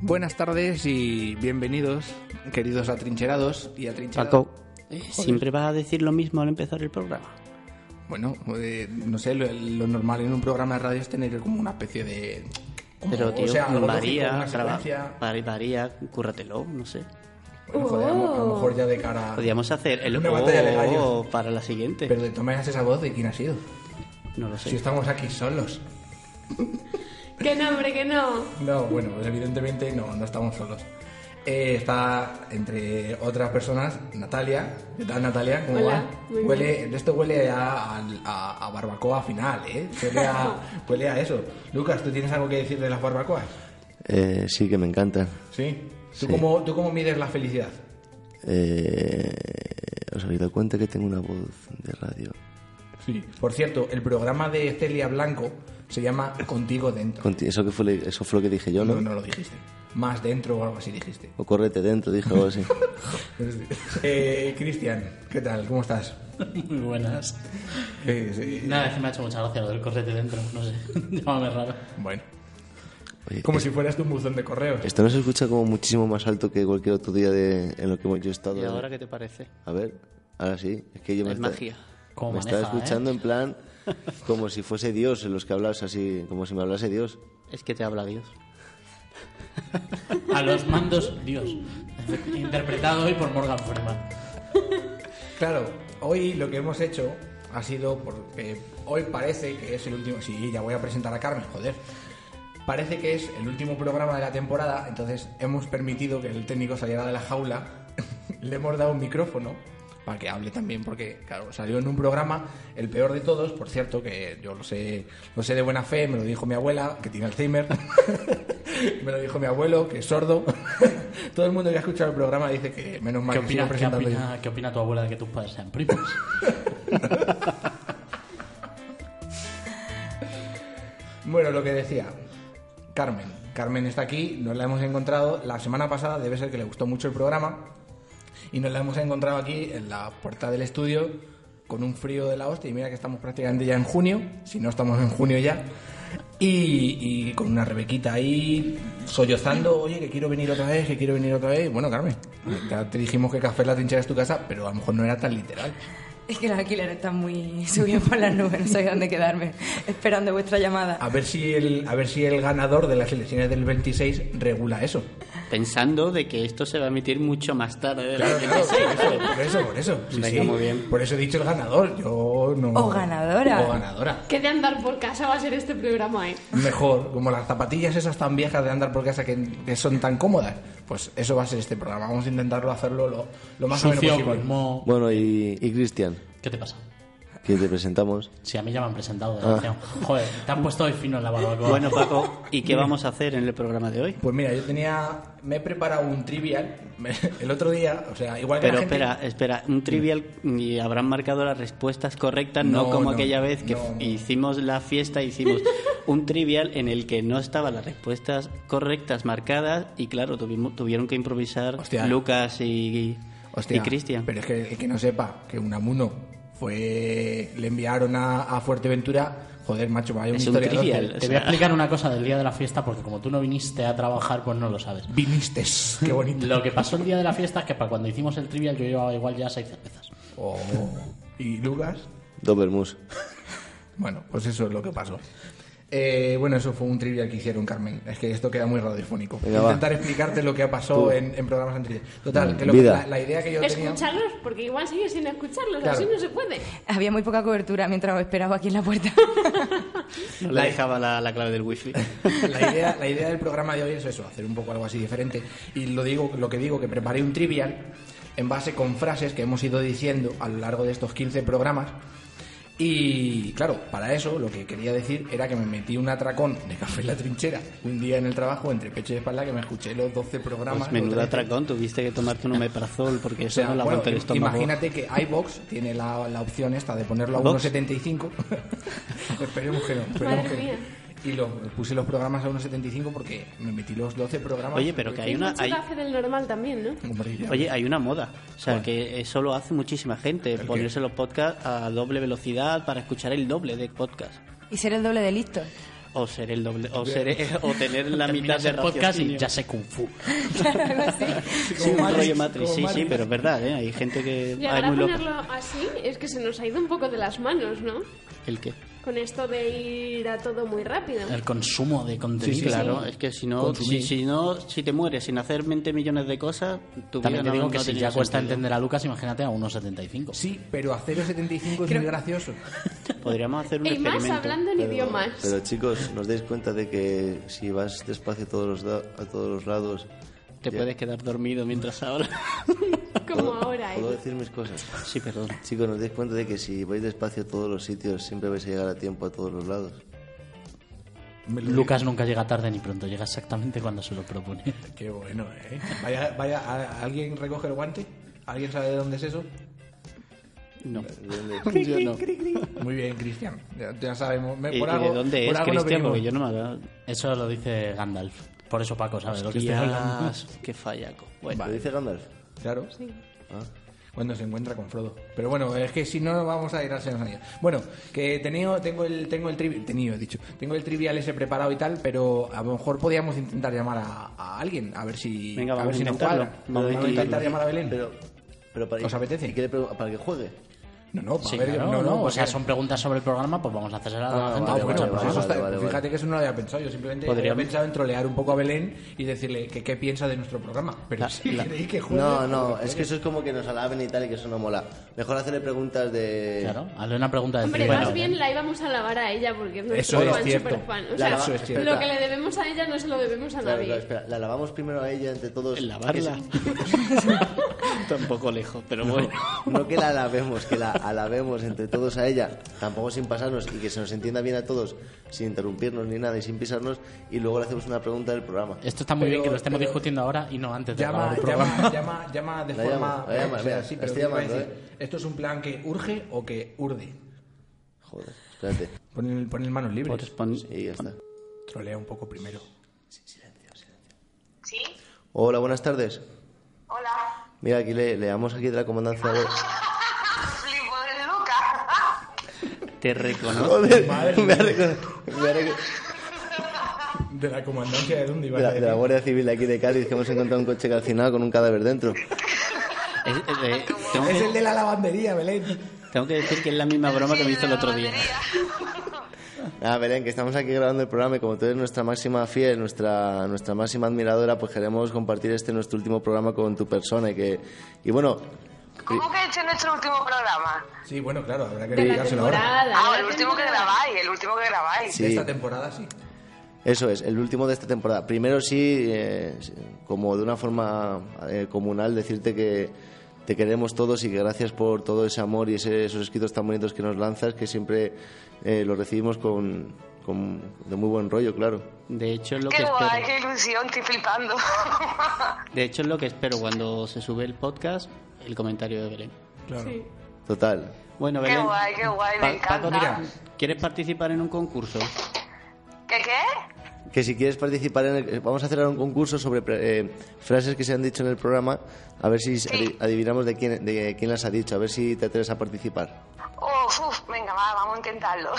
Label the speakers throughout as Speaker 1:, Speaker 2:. Speaker 1: Buenas tardes y bienvenidos, queridos atrincherados y atrincherados.
Speaker 2: Paco, eh, siempre vas a decir lo mismo al empezar el programa.
Speaker 1: Bueno, eh, no sé, lo, lo normal en un programa de radio es tener como una especie de... como-
Speaker 2: Pero,
Speaker 1: o
Speaker 2: tío,
Speaker 1: sea, algo lógico,
Speaker 2: varía,
Speaker 1: una
Speaker 2: traba-
Speaker 1: secuencia.
Speaker 2: vari- varía, cúrratelo, no sé.
Speaker 1: Bueno, joder, a lo- a lo mejor ya de cara...
Speaker 2: Podríamos hacer el
Speaker 1: Ah.
Speaker 2: Oh.
Speaker 1: Una batalla de gallos.
Speaker 2: O para la siguiente.
Speaker 1: Pero de tomas esa voz, ¿de quién ha sido?
Speaker 2: no lo sé.
Speaker 1: Si estamos aquí solos.
Speaker 3: Que no, hombre, que no.
Speaker 1: No, bueno, pues evidentemente no, no estamos solos. Eh, está, entre otras personas, Natalia. ¿Qué tal, Natalia? ¿Cómo
Speaker 3: Hola,
Speaker 1: va?
Speaker 3: muy bien.
Speaker 1: Huele, de esto huele a, al- a- a barbacoa final, ¿eh? Huele a, huele a eso. Lucas, ¿tú tienes algo que decir de las barbacoas?
Speaker 4: Eh, sí, que me encantan.
Speaker 1: Sí. ¿Tú,
Speaker 4: Sí.
Speaker 1: Cómo, ¿Tú cómo mides la felicidad?
Speaker 4: Eh, ¿Os habéis dado cuenta que tengo una voz de radio?
Speaker 1: Sí. Por cierto, el programa de Celia Blanco se llama Contigo Dentro.
Speaker 4: Conti- Eso, que fue, le- eso fue lo que dije yo, ¿no?
Speaker 1: No, no lo dijiste. Más dentro o algo así dijiste.
Speaker 4: O córrete dentro, dije algo así.
Speaker 1: Eh, Cristian, ¿qué tal? ¿Cómo estás?
Speaker 5: Muy buenas.
Speaker 1: Eh, sí.
Speaker 5: Nada, es que me ha hecho mucha gracia lo del correte dentro, no sé. Llámame raro.
Speaker 1: Bueno.
Speaker 4: Oye,
Speaker 1: Como
Speaker 4: es-
Speaker 1: si fueras tú un buzón de correos.
Speaker 4: esto no se escucha como muchísimo más alto que cualquier otro día de, en lo que yo he estado.
Speaker 2: ¿Y ahora qué te parece?
Speaker 4: A ver, ahora sí. Es que yo me
Speaker 2: Es
Speaker 4: esta-
Speaker 2: magia.
Speaker 5: Cómo
Speaker 4: me
Speaker 5: maneja,
Speaker 4: estaba escuchando
Speaker 5: ¿eh?
Speaker 4: en plan como si fuese Dios en los que hablas así, como si me hablase Dios.
Speaker 2: Es que te habla Dios.
Speaker 5: A los mandos, Dios. Interpretado hoy por Morgan Freeman.
Speaker 1: Claro, hoy lo que hemos hecho ha sido porque hoy parece que es el último. Sí, ya voy a presentar a Carmen, joder. Parece que es el último programa de la temporada, entonces hemos permitido que el técnico saliera de la jaula. Le hemos dado un micrófono para que hable también, porque claro, salió en un programa, el peor de todos, por cierto, que yo lo sé, lo sé de buena fe, me lo dijo mi abuela, que tiene Alzheimer, me lo dijo mi abuelo, que es sordo. Todo el mundo que ha escuchado el programa dice que menos mal
Speaker 5: ¿Qué
Speaker 1: que sigo
Speaker 5: opina, qué,
Speaker 1: presentando yo.
Speaker 5: opina, qué opina tu abuela de que tus padres sean primos?
Speaker 1: Bueno, lo que decía, Carmen. Carmen está aquí, nos la hemos encontrado la semana pasada, debe ser que le gustó mucho el programa, y nos la hemos encontrado aquí en la puerta del estudio con un frío de la hostia, y mira que estamos prácticamente ya en junio, si no estamos en junio ya, y, y con una Rebequita ahí sollozando, oye, que quiero venir otra vez, que quiero venir otra vez. Bueno, Carmen, ya te dijimos que Café La Trinchera es tu casa, pero a lo mejor no era tan literal.
Speaker 6: Es que los alquileres están muy subidos por las nubes, no sé dónde quedarme, esperando vuestra llamada.
Speaker 2: Ah.
Speaker 1: A ver si el, a ver si el ganador de las elecciones del 26 regula eso.
Speaker 2: Pensando de que esto se va a emitir mucho más tarde. de lo
Speaker 1: Claro,
Speaker 2: que
Speaker 1: claro,
Speaker 2: pensé, claro.
Speaker 1: por eso, por eso. Sí,
Speaker 2: Venga,
Speaker 1: sí.
Speaker 2: muy bien.
Speaker 1: Por eso he dicho el ganador. Yo no.
Speaker 6: O ganadora.
Speaker 1: O ganadora.
Speaker 3: Que de andar por casa va a ser este programa, ¿eh?
Speaker 1: Mejor, como las zapatillas esas tan viejas de andar por casa que, que son tan cómodas, pues eso va a ser este programa. Vamos a intentarlo hacerlo lo, lo más o menos
Speaker 5: Sucio,
Speaker 1: posible.
Speaker 5: con moho.
Speaker 4: Bueno, y, y Cristian,
Speaker 5: ¿Qué te pasa?
Speaker 4: que te presentamos.
Speaker 5: Si a mí ya me han presentado. desgraciado. Joder, te han puesto hoy fino en la barbacoa.
Speaker 2: Ah. Bueno, Paco, ¿y qué vamos a hacer en el programa de hoy?
Speaker 1: Pues mira, yo tenía. Me he preparado un trivial me- el otro día, o sea, igual que
Speaker 2: Pero
Speaker 1: la gente-
Speaker 2: espera, espera, un trivial y habrán marcado las respuestas correctas, no,
Speaker 1: No,
Speaker 2: como
Speaker 1: no,
Speaker 2: aquella vez que
Speaker 1: no, no.
Speaker 2: hicimos la fiesta, hicimos un trivial en el que no estaban las respuestas correctas marcadas y claro, tuvimos, tuvieron que improvisar
Speaker 1: Hostia.
Speaker 2: Lucas y,
Speaker 1: Hostia,
Speaker 2: y Cristian.
Speaker 1: Pero es que el que no sepa que Unamuno fue. Le enviaron a, a Fuerteventura. Joder, macho, vaya un
Speaker 2: Es un
Speaker 1: historiador que-
Speaker 2: trivial.
Speaker 5: Te voy a explicar una cosa del día de la fiesta porque como tú no viniste a trabajar, pues no lo sabes.
Speaker 1: Viniste. Qué bonito.
Speaker 5: Lo que pasó el día de la fiesta es que para cuando hicimos el trivial yo llevaba igual ya seis cervezas.
Speaker 1: Oh. ¿Y Lucas?
Speaker 4: Dobermus.
Speaker 1: Bueno, pues eso es lo que pasó. Eh, bueno, eso fue un trivial que hicieron, Carmen. Es que esto queda muy radiofónico.
Speaker 4: Venga, va.
Speaker 1: Intentar explicarte lo que pasó en, en programas anteriores. Total,
Speaker 4: Vale,
Speaker 1: que, lo que-
Speaker 4: vida.
Speaker 1: la, la idea que yo tenía...
Speaker 3: Escucharlos, porque igual sigues sin escucharlos,
Speaker 1: Claro.
Speaker 3: así no se puede.
Speaker 6: Había muy poca cobertura mientras os esperaba aquí en la puerta.
Speaker 2: No le dejaba la, la clave del wifi.
Speaker 1: La idea, la idea del programa de hoy es eso, hacer un poco algo así diferente. Y lo, digo, lo que digo, que preparé un trivial en base con frases que hemos ido diciendo a lo largo de estos 15 programas. Y claro, para eso lo que quería decir era que me metí un atracón de café en la trinchera un día en el trabajo entre pecho y espalda que me escuché los 12 programas.
Speaker 2: Pues menudo
Speaker 1: los 13.
Speaker 2: atracón, tuviste que tomarte un omeprazol porque
Speaker 1: O
Speaker 2: eso
Speaker 1: sea,
Speaker 2: no lo
Speaker 1: bueno,
Speaker 2: aguanta el estómago.
Speaker 1: imagínate que iBox tiene la, la opción esta de ponerlo a
Speaker 2: ¿Box?
Speaker 1: 1.75. esperemos que no. Esperemos
Speaker 3: Madre
Speaker 1: que no.
Speaker 3: mía.
Speaker 1: Y lo, puse los programas a 1.75 porque me metí los 12 programas.
Speaker 2: Oye, pero que hay una...
Speaker 3: Mucho
Speaker 2: Hay,
Speaker 3: café del normal también, ¿no?
Speaker 1: Hombre, ya.
Speaker 2: Oye, hay una moda, o sea, que eso lo hace muchísima gente,
Speaker 1: qué?
Speaker 2: ponerse los podcasts a doble velocidad para escuchar el doble de podcast.
Speaker 6: y ser el doble de listo.
Speaker 2: o ser el doble, o, ser- o tener la mitad
Speaker 5: Terminas
Speaker 2: de
Speaker 5: el podcast y
Speaker 2: raciocinio.
Speaker 5: ya sé Kung Fu.
Speaker 6: Algo así.
Speaker 2: Sí, un
Speaker 1: Como Matrix,
Speaker 2: rollo Matrix,
Speaker 1: como
Speaker 2: sí, sí,
Speaker 1: Matrix.
Speaker 2: pero es verdad, ¿eh? Hay gente que...
Speaker 3: Llegar
Speaker 2: Hay
Speaker 3: a
Speaker 2: muy loca.
Speaker 3: ponerlo así es que se nos ha ido un poco de las manos, ¿no?
Speaker 2: ¿El qué?
Speaker 3: Con esto de ir a todo muy rápido.
Speaker 5: El consumo de contenido.
Speaker 2: Sí, claro, es que si no, si,
Speaker 5: Consumir.
Speaker 2: si no, si te mueres sin hacer 20 millones de cosas, tu
Speaker 5: También te
Speaker 2: vida
Speaker 5: digo
Speaker 2: no,
Speaker 5: que
Speaker 2: no
Speaker 5: si
Speaker 2: tiene
Speaker 5: ya cuesta
Speaker 2: sentido.
Speaker 5: entender a Lucas, imagínate a 1,75.
Speaker 1: Sí, pero a 0,75 es muy gracioso.
Speaker 2: Podríamos hacer un
Speaker 3: Y más
Speaker 2: experimento.
Speaker 3: hablando en idiomas.
Speaker 4: Pero chicos, ¿nos dais cuenta de que si vas despacio a todos los, da- a todos los lados...
Speaker 2: Te
Speaker 4: ya-
Speaker 2: puedes quedar dormido mientras hablas.
Speaker 3: Como
Speaker 4: ¿Puedo-
Speaker 3: ahora,
Speaker 4: ¿Puedo
Speaker 3: ¿eh?
Speaker 4: decir mis cosas?
Speaker 2: sí, perdón.
Speaker 4: Chicos, ¿nos dais cuenta de que si vais despacio a todos los sitios siempre vais a llegar a tiempo a todos los lados?
Speaker 5: Lucas nunca llega tarde ni pronto, llega exactamente cuando se lo propone.
Speaker 1: Qué bueno, ¿eh? Vaya, vaya, ¿a- ¿alguien recoge el guante? ¿Alguien sabe de dónde es eso?
Speaker 2: No.
Speaker 4: ¿Dónde-
Speaker 2: Yo no.
Speaker 1: Muy bien, Cristian. Ya, ya sabemos. Me-
Speaker 2: ¿Y,
Speaker 1: por
Speaker 2: y
Speaker 1: algo,
Speaker 2: de dónde
Speaker 1: por
Speaker 2: es,
Speaker 1: algo no
Speaker 2: Cristian? Porque yo
Speaker 1: venimos.
Speaker 2: no me hablaba.
Speaker 5: Eso lo dice Gandalf. Por eso Paco sabe de lo que estoy hablando.
Speaker 2: Hostias, qué fallaco. Bueno,
Speaker 4: ¿Lo dice Gandalf?
Speaker 1: Claro.
Speaker 4: Ah.
Speaker 1: Cuando se encuentra con Frodo. Pero bueno, es que si no, no vamos a ir a los años. Bueno, que he tenido, tengo el, tengo el trivial, tenido, he dicho, tengo el trivial ese preparado y tal, pero a lo mejor podíamos intentar llamar a, a alguien, a ver si,
Speaker 2: Venga,
Speaker 1: a ver
Speaker 2: vamos a
Speaker 1: si nos
Speaker 2: intentarlo.
Speaker 1: cuadra.
Speaker 2: Vamos a
Speaker 1: Vamos a intentar
Speaker 2: intentarlo.
Speaker 1: llamar a Belén.
Speaker 4: Pero, pero para,
Speaker 1: ¿Os apetece?
Speaker 4: ¿Y qué le pregun- ¿Para que juegue?
Speaker 1: no, no, para
Speaker 5: Sí,
Speaker 1: ver,
Speaker 5: claro,
Speaker 1: no, no,
Speaker 5: o sea,
Speaker 1: porque-
Speaker 5: son preguntas sobre el programa, pues vamos a hacerse a la
Speaker 4: Ah,
Speaker 5: gente.
Speaker 1: Ah,
Speaker 4: Vale,
Speaker 1: bueno,
Speaker 4: vale,
Speaker 1: pues
Speaker 4: vale,
Speaker 1: eso está-
Speaker 4: vale, vale.
Speaker 1: fíjate que eso no lo había pensado. Yo simplemente
Speaker 5: Podríamos-
Speaker 1: había pensado en trolear un poco a Belén y decirle que qué piensa de nuestro programa. Pero si creí que juegue,
Speaker 4: No, no, es que eso es como que nos alaben y tal y que eso no mola. Mejor hacerle preguntas de...
Speaker 5: Claro, hazle una pregunta de
Speaker 3: Hombre,
Speaker 5: cine.
Speaker 3: más bien la íbamos a lavar a ella porque es
Speaker 1: Eso
Speaker 3: nuestro
Speaker 1: es
Speaker 3: fan
Speaker 1: cierto.
Speaker 3: superfan. O
Speaker 4: La
Speaker 3: sea,
Speaker 4: lava- Eso es cierto.
Speaker 3: lo que le debemos a ella no se lo debemos a
Speaker 4: Claro,
Speaker 3: nadie.
Speaker 4: claro, espera, la lavamos primero a ella entre todos.
Speaker 2: el lavarla. Tampoco lejos, pero bueno.
Speaker 4: No que la alabemos, que la alabemos entre todos a ella, tampoco sin pasarnos y que se nos entienda bien a todos, sin interrumpirnos ni nada y sin pisarnos, y luego le hacemos una pregunta del programa.
Speaker 5: Esto está muy
Speaker 1: Pero-
Speaker 5: bien que lo estemos
Speaker 1: pero-
Speaker 5: discutiendo ahora y no antes de acabar
Speaker 1: Llama,
Speaker 5: el programa.
Speaker 1: llama, llama, llama de
Speaker 4: La
Speaker 1: forma.
Speaker 4: llamo, la llamo,
Speaker 1: o sea,
Speaker 4: mira,
Speaker 1: sí,
Speaker 4: la
Speaker 1: pero
Speaker 4: estoy
Speaker 1: te iba a
Speaker 4: llamando, eh.
Speaker 1: decir, ¿Esto es un plan que urge o que urde?
Speaker 4: Joder, espérate.
Speaker 1: Pon el, pon el manos libres.
Speaker 2: Pues pon-
Speaker 4: Y ya está.
Speaker 1: Trolea un poco primero.
Speaker 7: ¿Sí?
Speaker 4: Hola, buenas tardes.
Speaker 7: Hola.
Speaker 4: Mira, aquí le, le damos aquí de la comandancia. de-
Speaker 7: Flipo de Lucas.
Speaker 2: te reconozco.
Speaker 4: Joder, me ha recon- me ha recon-
Speaker 1: De la comandancia de dónde iba
Speaker 4: de
Speaker 1: a
Speaker 4: la, de la
Speaker 1: decir.
Speaker 4: Guardia Civil de aquí de Cádiz, que hemos encontrado un coche calcinado con un cadáver dentro.
Speaker 2: Es- es- eh, tengo,
Speaker 1: Es el
Speaker 2: que,
Speaker 1: de la lavandería, Belén.
Speaker 2: tengo que decir que es la misma broma que me hizo el otro día.
Speaker 4: Ah, Belén, que estamos aquí grabando el programa y como tú eres nuestra máxima fiel, nuestra, nuestra máxima admiradora, pues queremos compartir este nuestro último programa con tu persona y que... Y bueno,
Speaker 7: ¿Cómo que he hecho este nuestro último programa?
Speaker 1: Sí, bueno, claro, habrá que
Speaker 3: De la
Speaker 1: dedicárselo ahora.
Speaker 3: temporada. de
Speaker 7: Ah,
Speaker 3: la
Speaker 7: el último que
Speaker 3: temporada.
Speaker 7: grabáis, el último que grabáis.
Speaker 4: Sí.
Speaker 1: De esta temporada, sí.
Speaker 4: eso es, el último de esta temporada. Primero sí, eh, como de una forma eh, comunal, decirte que te queremos todos y que gracias por todo ese amor y ese- esos escritos tan bonitos que nos lanzas, que siempre eh, los recibimos con, con- de muy buen rollo, claro.
Speaker 2: De hecho, es lo que
Speaker 7: Qué guay,
Speaker 2: espero.
Speaker 7: qué ilusión, estoy flipando.
Speaker 2: De hecho, es lo que espero cuando se sube el podcast, el comentario de Belén.
Speaker 1: Claro.
Speaker 3: Sí.
Speaker 4: Total.
Speaker 2: Bueno,
Speaker 7: Qué
Speaker 2: Belén.
Speaker 7: guay, qué guay, me
Speaker 2: Paco,
Speaker 7: encanta.
Speaker 2: mira, ¿quieres participar en un concurso?
Speaker 7: ¿Qué qué?
Speaker 4: Que si quieres participar en el- Vamos a hacer ahora un concurso sobre pre- eh, frases que se han dicho en el programa, a ver si adi- adivinamos de quién, de quién las ha dicho, a ver si te atreves a participar.
Speaker 7: Oh, uf, venga, va, vamos a intentarlo.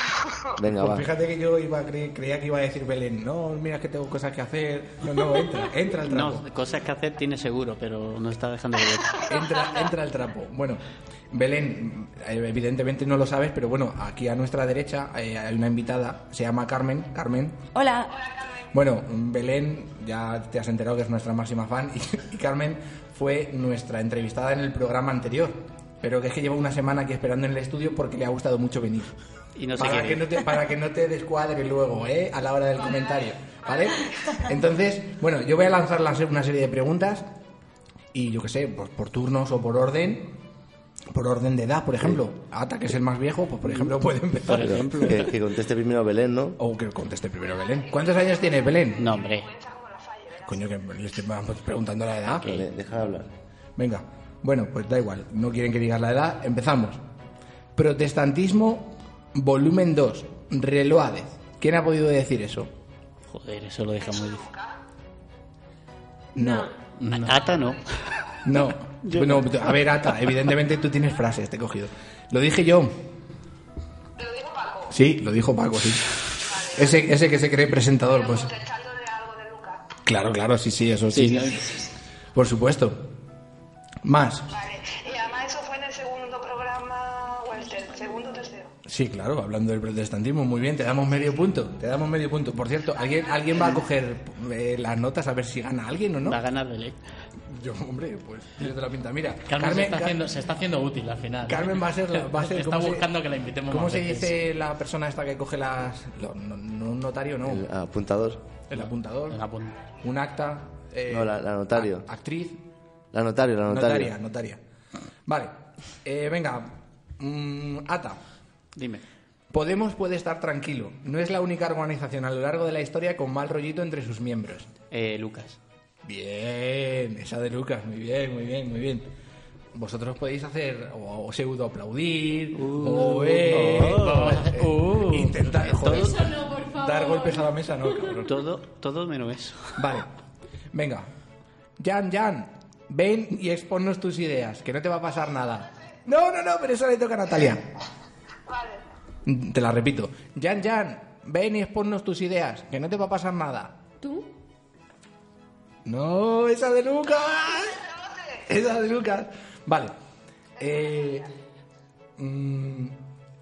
Speaker 4: Venga,
Speaker 1: Pues
Speaker 4: va.
Speaker 1: fíjate que yo iba a cre- creía que iba a decir Belén, no, mira que tengo cosas que hacer. No, no, entra, entra al trapo.
Speaker 2: No, cosas que hacer tiene seguro, pero no está dejando de ver.
Speaker 1: Entra, entra el trapo. Bueno, Belén, eh, evidentemente no lo sabes, pero bueno, aquí a nuestra derecha eh, hay una invitada, se llama Carmen. Carmen.
Speaker 6: Hola.
Speaker 1: Bueno, Belén, ya te has enterado que es nuestra máxima fan, y, y Carmen fue nuestra entrevistada en el programa anterior. Pero que es que lleva una semana aquí esperando en el estudio porque le ha gustado mucho venir.
Speaker 2: Y no sé
Speaker 1: para,
Speaker 2: qué.
Speaker 1: que no te, para que no te descuadre luego, ¿eh? A la hora del comentario, ¿vale? Entonces, bueno, yo voy a lanzar la se- una serie de preguntas y yo qué sé, pues por turnos o por orden, por orden de edad, por ejemplo. Ata, que es el más viejo, pues por ejemplo puede empezar.
Speaker 2: Por ejemplo.
Speaker 4: Que, que conteste primero Belén, ¿no?
Speaker 1: O que conteste primero Belén. ¿Cuántos años tienes, Belén?
Speaker 2: No, hombre.
Speaker 1: Coño, que le estoy preguntando la edad.
Speaker 4: Vale, deja hablar.
Speaker 1: Venga, bueno, pues da igual, no quieren que digas la edad. Empezamos. Protestantismo, volumen 2, Reloades. ¿Quién ha podido decir eso?
Speaker 2: Joder, eso lo deja muy difícil.
Speaker 1: No.
Speaker 2: Ata no.
Speaker 1: No. Bueno, a ver, Ata, evidentemente tú tienes frases, te he cogido. Lo dije yo.
Speaker 7: Lo dijo Paco.
Speaker 1: Sí, lo dijo Paco, sí. Ese, ese que se cree presentador, pues.
Speaker 7: Contestando de algo de Lucas.
Speaker 1: Claro, claro, sí, sí, eso sí.
Speaker 2: Sí, claro.
Speaker 1: Por supuesto. Más.
Speaker 7: Vale. Y además eso fue en el segundo programa o el ter- segundo o tercero.
Speaker 1: Sí, claro, hablando del protestantismo, muy bien, te damos medio punto, te damos medio punto. Por cierto, ¿alguien, alguien va a coger eh, las notas a ver si gana alguien o no?
Speaker 2: Va a ganar Belén.
Speaker 1: Yo, hombre, pues tiene la pinta. Mira,
Speaker 5: Carmen, se, está
Speaker 1: Ca-
Speaker 5: haciendo, se está haciendo útil al final. ¿eh?
Speaker 1: Carmen va a ser... la- Va a ser
Speaker 5: Está
Speaker 1: ¿cómo se-
Speaker 5: buscando que la invitemos
Speaker 1: ¿Cómo
Speaker 5: más
Speaker 1: se
Speaker 5: veces.
Speaker 1: dice la persona esta que coge las... lo- no, no un notario, no.
Speaker 4: El
Speaker 1: El,
Speaker 4: apuntador.
Speaker 1: apuntador.
Speaker 5: En la pun-
Speaker 1: Un acta. eh,
Speaker 4: No, la- la notario.
Speaker 1: a- actriz.
Speaker 4: La notario, la
Speaker 1: Notaria,
Speaker 4: notaria.
Speaker 1: notaria. Vale, eh, venga. mm, ata.
Speaker 2: Dime.
Speaker 1: Podemos puede estar tranquilo. No es la única organización a lo largo de la historia con mal rollito entre sus miembros.
Speaker 2: Eh, Lucas.
Speaker 1: Bien, esa de Lucas, muy bien, muy bien, muy bien. Vosotros podéis hacer o, pseudo aplaudir,
Speaker 3: Uh,
Speaker 1: o eh,
Speaker 2: oh,
Speaker 1: eh,
Speaker 2: uh.
Speaker 1: intentar joder,
Speaker 3: Eso no, por favor.
Speaker 1: dar golpes a la mesa, no, cabrón.
Speaker 2: Todo, todo menos eso.
Speaker 1: Vale, venga. Jan, Jan, ven y exponnos tus ideas, que no te va a pasar nada. No, no, no, pero eso le toca a Natalia.
Speaker 7: Vale.
Speaker 1: Mm, Te la repito. Jan, Jan, ven y exponnos tus ideas, que no te va a pasar nada.
Speaker 3: ¿Tú?
Speaker 1: No, esa de Lucas. Esa de Lucas. Vale. Eh, mm,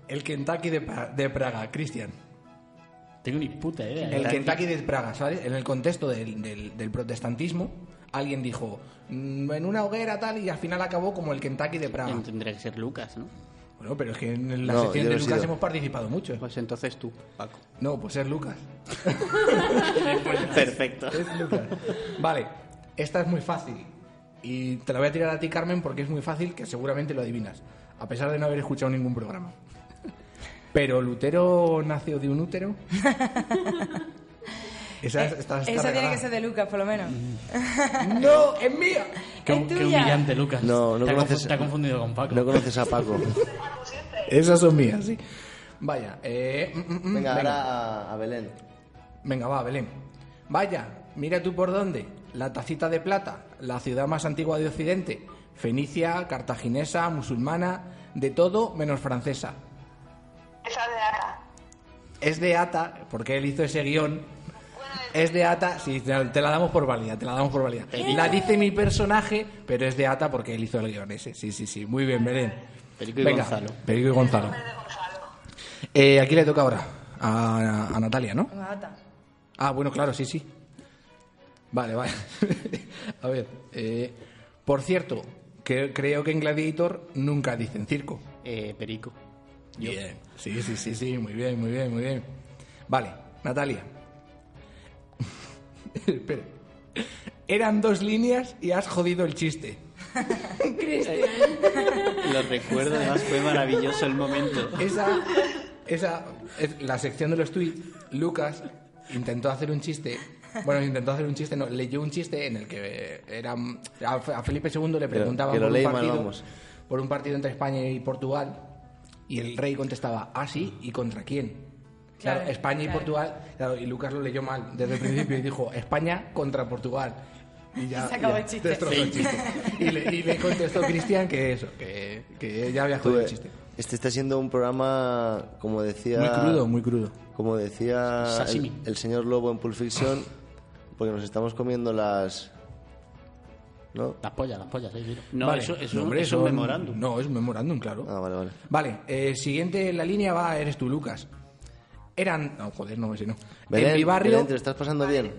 Speaker 1: el Kentucky de, Pa- de Praga, Cristian.
Speaker 5: Tengo ni puta idea.
Speaker 1: El
Speaker 5: ¿eh?
Speaker 1: Kentucky de Praga, ¿sabes? En el contexto del, del- del protestantismo, alguien dijo, "Mm, en una hoguera tal, y al final acabó como el Kentucky de Praga.
Speaker 2: Tendría que ser Lucas, ¿no?
Speaker 1: Bueno, pero es que en la
Speaker 4: No,
Speaker 1: sección
Speaker 4: yo
Speaker 1: de
Speaker 4: no he
Speaker 1: Lucas
Speaker 4: sido.
Speaker 1: hemos participado mucho.
Speaker 2: Pues entonces tú, Paco.
Speaker 1: No, pues es Lucas.
Speaker 2: Perfecto.
Speaker 1: Es Lucas. Vale, esta es muy fácil. Y te la voy a tirar a ti, Carmen, porque es muy fácil que seguramente lo adivinas. A pesar de no haber escuchado ningún programa. Pero Lutero nació de un útero. Esa, es- esta está
Speaker 6: Eh, Esa tiene
Speaker 1: regalada.
Speaker 6: que ser de Lucas, por lo menos.
Speaker 1: ¡No! ¡Es mía!
Speaker 5: Qué,
Speaker 6: Es
Speaker 5: qué
Speaker 6: tuya.
Speaker 5: humillante, Lucas.
Speaker 4: No, no
Speaker 5: te, ha confu-
Speaker 4: conoces-
Speaker 5: te ha confundido con Paco.
Speaker 4: No conoces a Paco.
Speaker 1: Esas son mías, sí. Vaya, eh, mm, mm, mm,
Speaker 4: Venga, ahora a- a Belén.
Speaker 1: Venga, va, Belén. Vaya, mira tú por dónde. La tacita de plata, la ciudad más antigua de Occidente. Fenicia, cartaginesa, musulmana, de todo menos francesa.
Speaker 7: Esa de Ata.
Speaker 1: Es de Ata, porque él hizo ese guión. Es de Ata, sí, te te la damos por válida, te la damos por válida. La dice mi personaje, pero es de Ata porque él hizo el guión ese. Sí, sí, sí. Muy bien, Belén.
Speaker 2: Perico y
Speaker 1: Venga,
Speaker 2: Gonzalo.
Speaker 1: Perico y Gonzalo. Eh, aquí le toca ahora a, a Natalia, ¿no?
Speaker 6: Mata.
Speaker 1: Ah, bueno, claro, sí, sí. Vale, vale. a ver, eh, por cierto, que, creo que en Gladiator nunca dicen circo.
Speaker 2: Eh, Perico.
Speaker 1: Bien. Sí, sí, sí, sí, muy bien, muy bien, muy bien. Vale, Natalia. Espera. Eran dos líneas y has jodido el chiste.
Speaker 2: Lo recuerdo, además fue maravilloso el momento.
Speaker 1: Esa, esa, es la sección de los tweets, Lucas intentó hacer un chiste. Bueno, intentó hacer un chiste, no, leyó un chiste en el que era a a Felipe II le preguntaban
Speaker 4: que lo
Speaker 1: por,
Speaker 4: leí
Speaker 1: un
Speaker 4: mal,
Speaker 1: partido,
Speaker 4: vamos.
Speaker 1: por un partido entre España y Portugal y el rey contestaba, ah, sí, ¿y contra quién? Claro,
Speaker 6: Claro,
Speaker 1: España y
Speaker 6: claro.
Speaker 1: Portugal, claro, y Lucas lo leyó mal desde el principio y dijo, España contra Portugal. Y ya,
Speaker 6: Se acabó
Speaker 1: ya,
Speaker 6: el chiste.
Speaker 1: destrozó el chiste. Y le, y le contestó Cristian que eso, que, que ya había
Speaker 4: Tú,
Speaker 1: jodido el
Speaker 4: eh,
Speaker 1: chiste.
Speaker 4: Este está siendo un programa, como decía.
Speaker 1: Muy crudo, muy crudo.
Speaker 4: Como decía
Speaker 5: Sashimi.
Speaker 4: el, el señor Lobo en Pulp Fiction, porque nos estamos comiendo las. ¿No?
Speaker 5: Las pollas, las pollas, sí, miro.
Speaker 2: No,
Speaker 1: Vale.
Speaker 2: eso, eso
Speaker 1: No, hombre,
Speaker 2: es un
Speaker 1: son-
Speaker 2: memorándum.
Speaker 1: No, es un memorándum, claro.
Speaker 4: Ah, vale, vale.
Speaker 1: Vale, eh, siguiente en la línea va, eres tú, Lucas. Eran... No, joder, no, ese no. en
Speaker 4: Belén,
Speaker 1: mi barrio...
Speaker 4: Belén, ¿te lo estás pasando bien?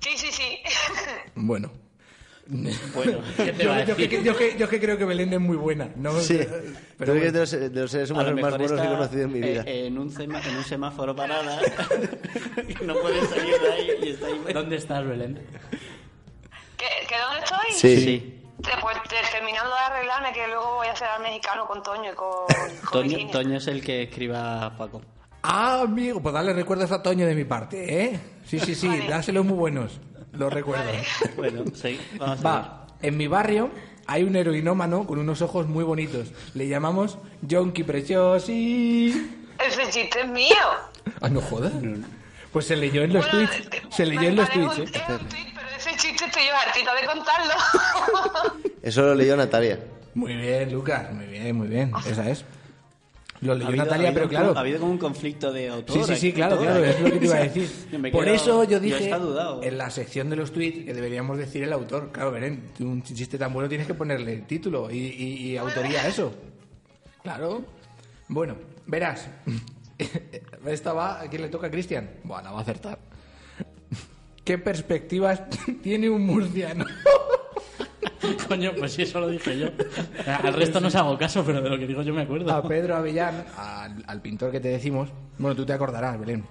Speaker 7: Sí, sí, sí.
Speaker 1: Bueno.
Speaker 2: Bueno, ¿qué te
Speaker 1: Yo,
Speaker 2: va a
Speaker 1: yo
Speaker 2: decir?
Speaker 1: que, yo que- yo que creo que Belén es muy buena. No,
Speaker 4: Sí.
Speaker 1: Pero
Speaker 4: Creo que
Speaker 1: bueno.
Speaker 4: es de los, de los seres
Speaker 2: A lo
Speaker 4: humanos más
Speaker 2: mejor
Speaker 4: buenos que
Speaker 2: está,
Speaker 4: he conocido en mi
Speaker 2: eh,
Speaker 4: vida.
Speaker 2: en, un sema- en un semáforo parada. y no puede salir de ahí y está ahí.
Speaker 5: ¿Dónde estás, Belén?
Speaker 7: ¿Que, que dónde estoy?
Speaker 4: Sí.
Speaker 7: Te- Pues te- terminando de arreglarme que luego voy a hacer al mexicano con Toño y con, con
Speaker 2: Toño,
Speaker 7: Virginia.
Speaker 2: Toño es el que escriba a Paco.
Speaker 1: Ah, amigo, pues dale recuerdos a Toño de mi parte, ¿eh? Sí, sí, sí, dáselos muy buenos. Los recuerdos.
Speaker 2: Bueno, sí, vamos a ver.
Speaker 1: Va, en mi barrio hay un heroinómano con unos ojos muy bonitos. Le llamamos Yonki Preciosi.
Speaker 7: Ese chiste es mío.
Speaker 1: Ah, no jodas. Pues se leyó en los
Speaker 7: Bueno,
Speaker 1: tweets.
Speaker 7: te-
Speaker 1: Se leyó
Speaker 7: vale,
Speaker 1: en los
Speaker 7: vale,
Speaker 1: tweets,
Speaker 7: un-
Speaker 1: ¿eh?
Speaker 7: era un tweet, pero ese chiste estoy yo hartita de contarlo. eh.
Speaker 4: Eso lo leyó Natalia.
Speaker 1: Muy bien, Lucas. Muy bien, muy bien. Esa es. Lo
Speaker 2: Ha
Speaker 1: leyó
Speaker 2: habido-
Speaker 1: Natalia,
Speaker 2: ha habido
Speaker 1: pero
Speaker 2: un-
Speaker 1: claro.
Speaker 2: Ha habido como un conflicto de autor.
Speaker 1: Sí, sí, sí, claro,
Speaker 2: actor,
Speaker 1: claro,
Speaker 2: aquí.
Speaker 1: es lo que te iba a
Speaker 2: O sea,
Speaker 1: decir.
Speaker 2: me
Speaker 1: Por
Speaker 2: quedo-
Speaker 1: eso yo dije
Speaker 2: está dudado.
Speaker 1: en la sección de los tweets que deberíamos decir el autor. Claro, Belén, tú un chiste tan bueno tienes que ponerle título y, y- y autoría a eso. Claro. Bueno, verás. Esta va, ¿a quién le toca? ¿A Cristian. Bueno, va a acertar. ¿Qué perspectivas tiene un murciano?
Speaker 5: Coño, pues sí, eso lo dije yo. Ah, Al resto no os hago caso, pero de lo que digo yo me acuerdo.
Speaker 1: a Pedro Avellán, al, al pintor que te decimos, bueno, tú te acordarás, Belén.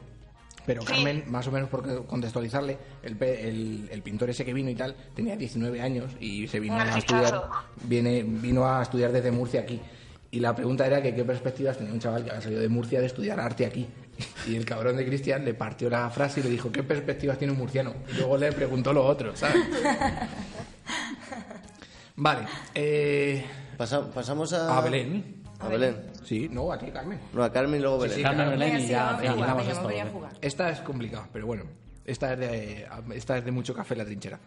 Speaker 1: Pero Carmen, más o menos por contextualizarle, el, pe- el- el pintor ese que vino y tal, tenía 19 años y se vino
Speaker 7: Un
Speaker 1: a
Speaker 7: artistazo.
Speaker 1: estudiar, viene, vino a estudiar desde Murcia aquí. Y la pregunta era que qué perspectivas tenía un chaval que había salido de Murcia de estudiar arte aquí. Y el cabrón de Cristian le partió la frase y le dijo, ¿qué perspectivas tiene un murciano? Y luego le preguntó lo otro, ¿sabes? Vale. eh,
Speaker 4: Pasa- pasamos a...
Speaker 1: a Belén.
Speaker 4: A Belén.
Speaker 1: Sí, no, a ti, Carmen.
Speaker 4: No, a Carmen y luego Belén.
Speaker 1: sí,
Speaker 5: Carmen
Speaker 1: claro.
Speaker 5: Belén y ya
Speaker 1: sí, vamos,
Speaker 5: finalizamos
Speaker 1: vamos,
Speaker 5: esto.
Speaker 6: quería
Speaker 5: ¿vale?
Speaker 6: jugar.
Speaker 1: Esta es complicada, pero bueno. Esta es, de, esta es de mucho café la trinchera.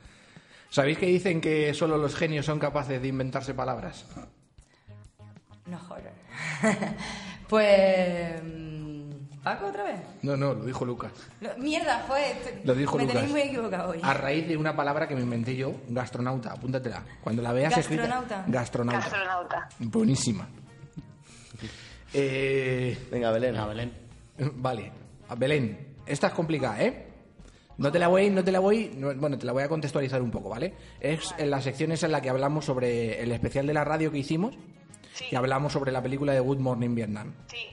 Speaker 1: ¿Sabéis que dicen que solo los genios son capaces de inventarse palabras?
Speaker 6: No joder. pues. mm, ¿Paco otra vez?
Speaker 1: No, no, lo dijo Lucas.
Speaker 6: No, mierda, joder.
Speaker 1: Lo dijo
Speaker 6: me
Speaker 1: Lucas.
Speaker 6: tenéis muy equivocado hoy.
Speaker 1: A raíz de una palabra que me inventé yo, gastronauta, apúntatela. Cuando la veas escrita.
Speaker 6: Gastronauta.
Speaker 1: Gastronauta.
Speaker 7: Astronauta.
Speaker 1: Buenísima. Eh,
Speaker 4: Venga, Belén.
Speaker 5: Venga, Belén.
Speaker 1: Vale, a Belén, esta es complicada, ¿eh? No te la voy, no te la voy, no- bueno, te la voy a contextualizar un poco, ¿vale? Es en las secciones en la que hablamos sobre el especial de la radio que hicimos
Speaker 7: Sí.
Speaker 1: y hablamos sobre la película de Good Morning Vietnam.
Speaker 7: Sí.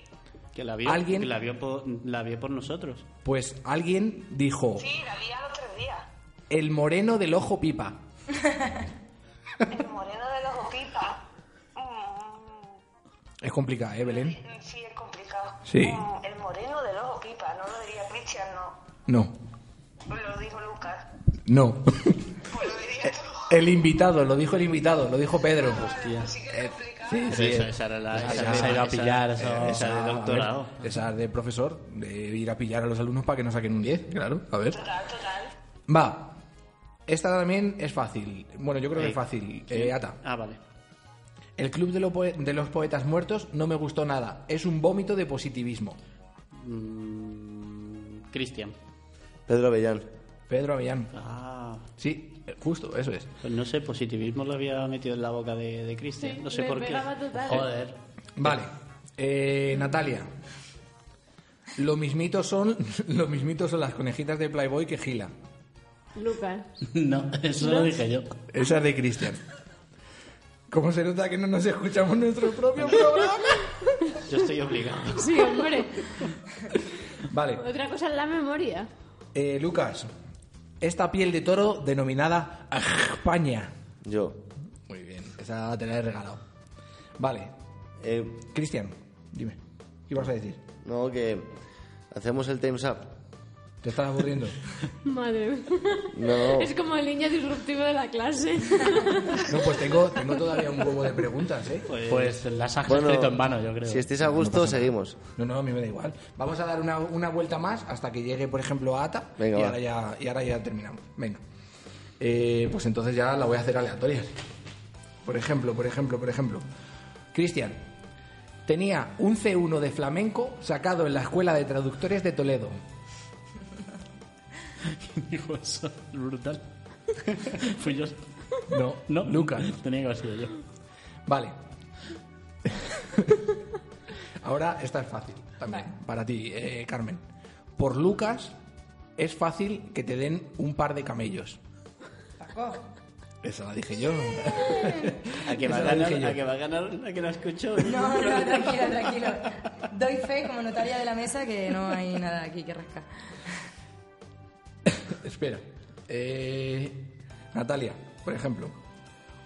Speaker 2: Que la vio,
Speaker 1: Alguien-
Speaker 2: que la vio por, la vio por nosotros.
Speaker 1: Pues alguien dijo,
Speaker 7: Sí, la vi a los tres días.
Speaker 1: el moreno del ojo pipa.
Speaker 7: El moreno de los pipa. Mm,
Speaker 1: Es complicada, ¿eh, Belén?
Speaker 7: sí, es complicado.
Speaker 1: Sí.
Speaker 7: Mm, el moreno de los pipa, no lo diría Cristian, no.
Speaker 1: No,
Speaker 7: Lo dijo Lucas.
Speaker 1: no.
Speaker 7: Pues lo diría tú.
Speaker 1: El invitado, lo dijo el invitado, lo dijo Pedro. Eh,
Speaker 7: Sí que es complicado.
Speaker 2: Esa- esa, esa era la.
Speaker 5: Esa se ha ido a pillar, eso.
Speaker 2: esa de
Speaker 1: a ver,
Speaker 2: doctorado.
Speaker 1: Esa de profesor, de ir a pillar a los alumnos para que no saquen un 10, claro, a ver.
Speaker 7: Total, total.
Speaker 1: Va. Esta también es fácil. Bueno, yo creo que
Speaker 2: Eh,
Speaker 1: es fácil. Eh, Ata.
Speaker 2: Ah, vale.
Speaker 1: El club de, lo poe- de los poetas muertos no me gustó nada. Es un vómito de positivismo.
Speaker 2: Mm, Cristian.
Speaker 4: Pedro Avellán.
Speaker 1: Pedro Avellán.
Speaker 2: Ah.
Speaker 1: Sí, eh, justo, eso es.
Speaker 2: Pues no sé, positivismo lo había metido en la boca de, de Cristian.
Speaker 3: Sí,
Speaker 2: no sé
Speaker 3: le
Speaker 2: por qué.
Speaker 3: pegaba total.
Speaker 2: Joder.
Speaker 1: Vale. Eh, Natalia. Lo mismito son lo mismito son las conejitas de Playboy que gila.
Speaker 3: Lucas.
Speaker 5: No, eso lo dije yo.
Speaker 1: Esa es de Cristian. ¿Cómo se nota que no nos escuchamos nuestro propio programa?
Speaker 2: Yo estoy obligado.
Speaker 3: Sí, hombre.
Speaker 1: Vale.
Speaker 3: Otra cosa es la memoria.
Speaker 1: Eh, Lucas, esta piel de toro denominada España.
Speaker 4: Yo.
Speaker 1: Muy bien, esa te la he regalado. Vale,
Speaker 4: Eh,
Speaker 1: Cristian, dime, ¿qué vas a decir?
Speaker 4: no, que hacemos el Time's Up.
Speaker 1: ¿Te estás aburriendo?
Speaker 3: Madre mía.
Speaker 4: No.
Speaker 3: Es como el niño disruptivo de la clase.
Speaker 1: No, pues tengo, tengo todavía un huevo de preguntas, ¿eh?
Speaker 5: Pues las has escrito en vano, yo creo.
Speaker 4: si este- estáis a gusto, seguimos.
Speaker 1: No, no, a mí me da igual. Vamos a dar una, una vuelta más hasta que llegue, por ejemplo, a Ata
Speaker 4: Venga,
Speaker 1: y,
Speaker 4: va.
Speaker 1: ahora ya, y ahora ya terminamos. Venga. Eh, pues entonces ya la voy a hacer aleatoria. Por ejemplo, por ejemplo, por ejemplo. Cristian, tenía un C1 de flamenco sacado en la Escuela de Traductores de Toledo.
Speaker 5: Dijo eso, brutal. Fui yo.
Speaker 1: No,
Speaker 5: No,
Speaker 1: Lucas.
Speaker 5: Tenía que haber sido yo.
Speaker 1: Vale. Ahora esta es fácil también para ti, eh, Carmen. Por Lucas es fácil que te den un par de camellos.
Speaker 6: Paco.
Speaker 1: Eso la dije yo.
Speaker 2: A que va a
Speaker 1: Eso lo dije yo.
Speaker 2: ganar, a que va a ganar, la que la escuchó.
Speaker 6: No, no, tranquilo, tranquilo. Doy fe como notaria de la mesa que no hay nada aquí que rascar.
Speaker 1: Espera. Eh, Natalia, por ejemplo.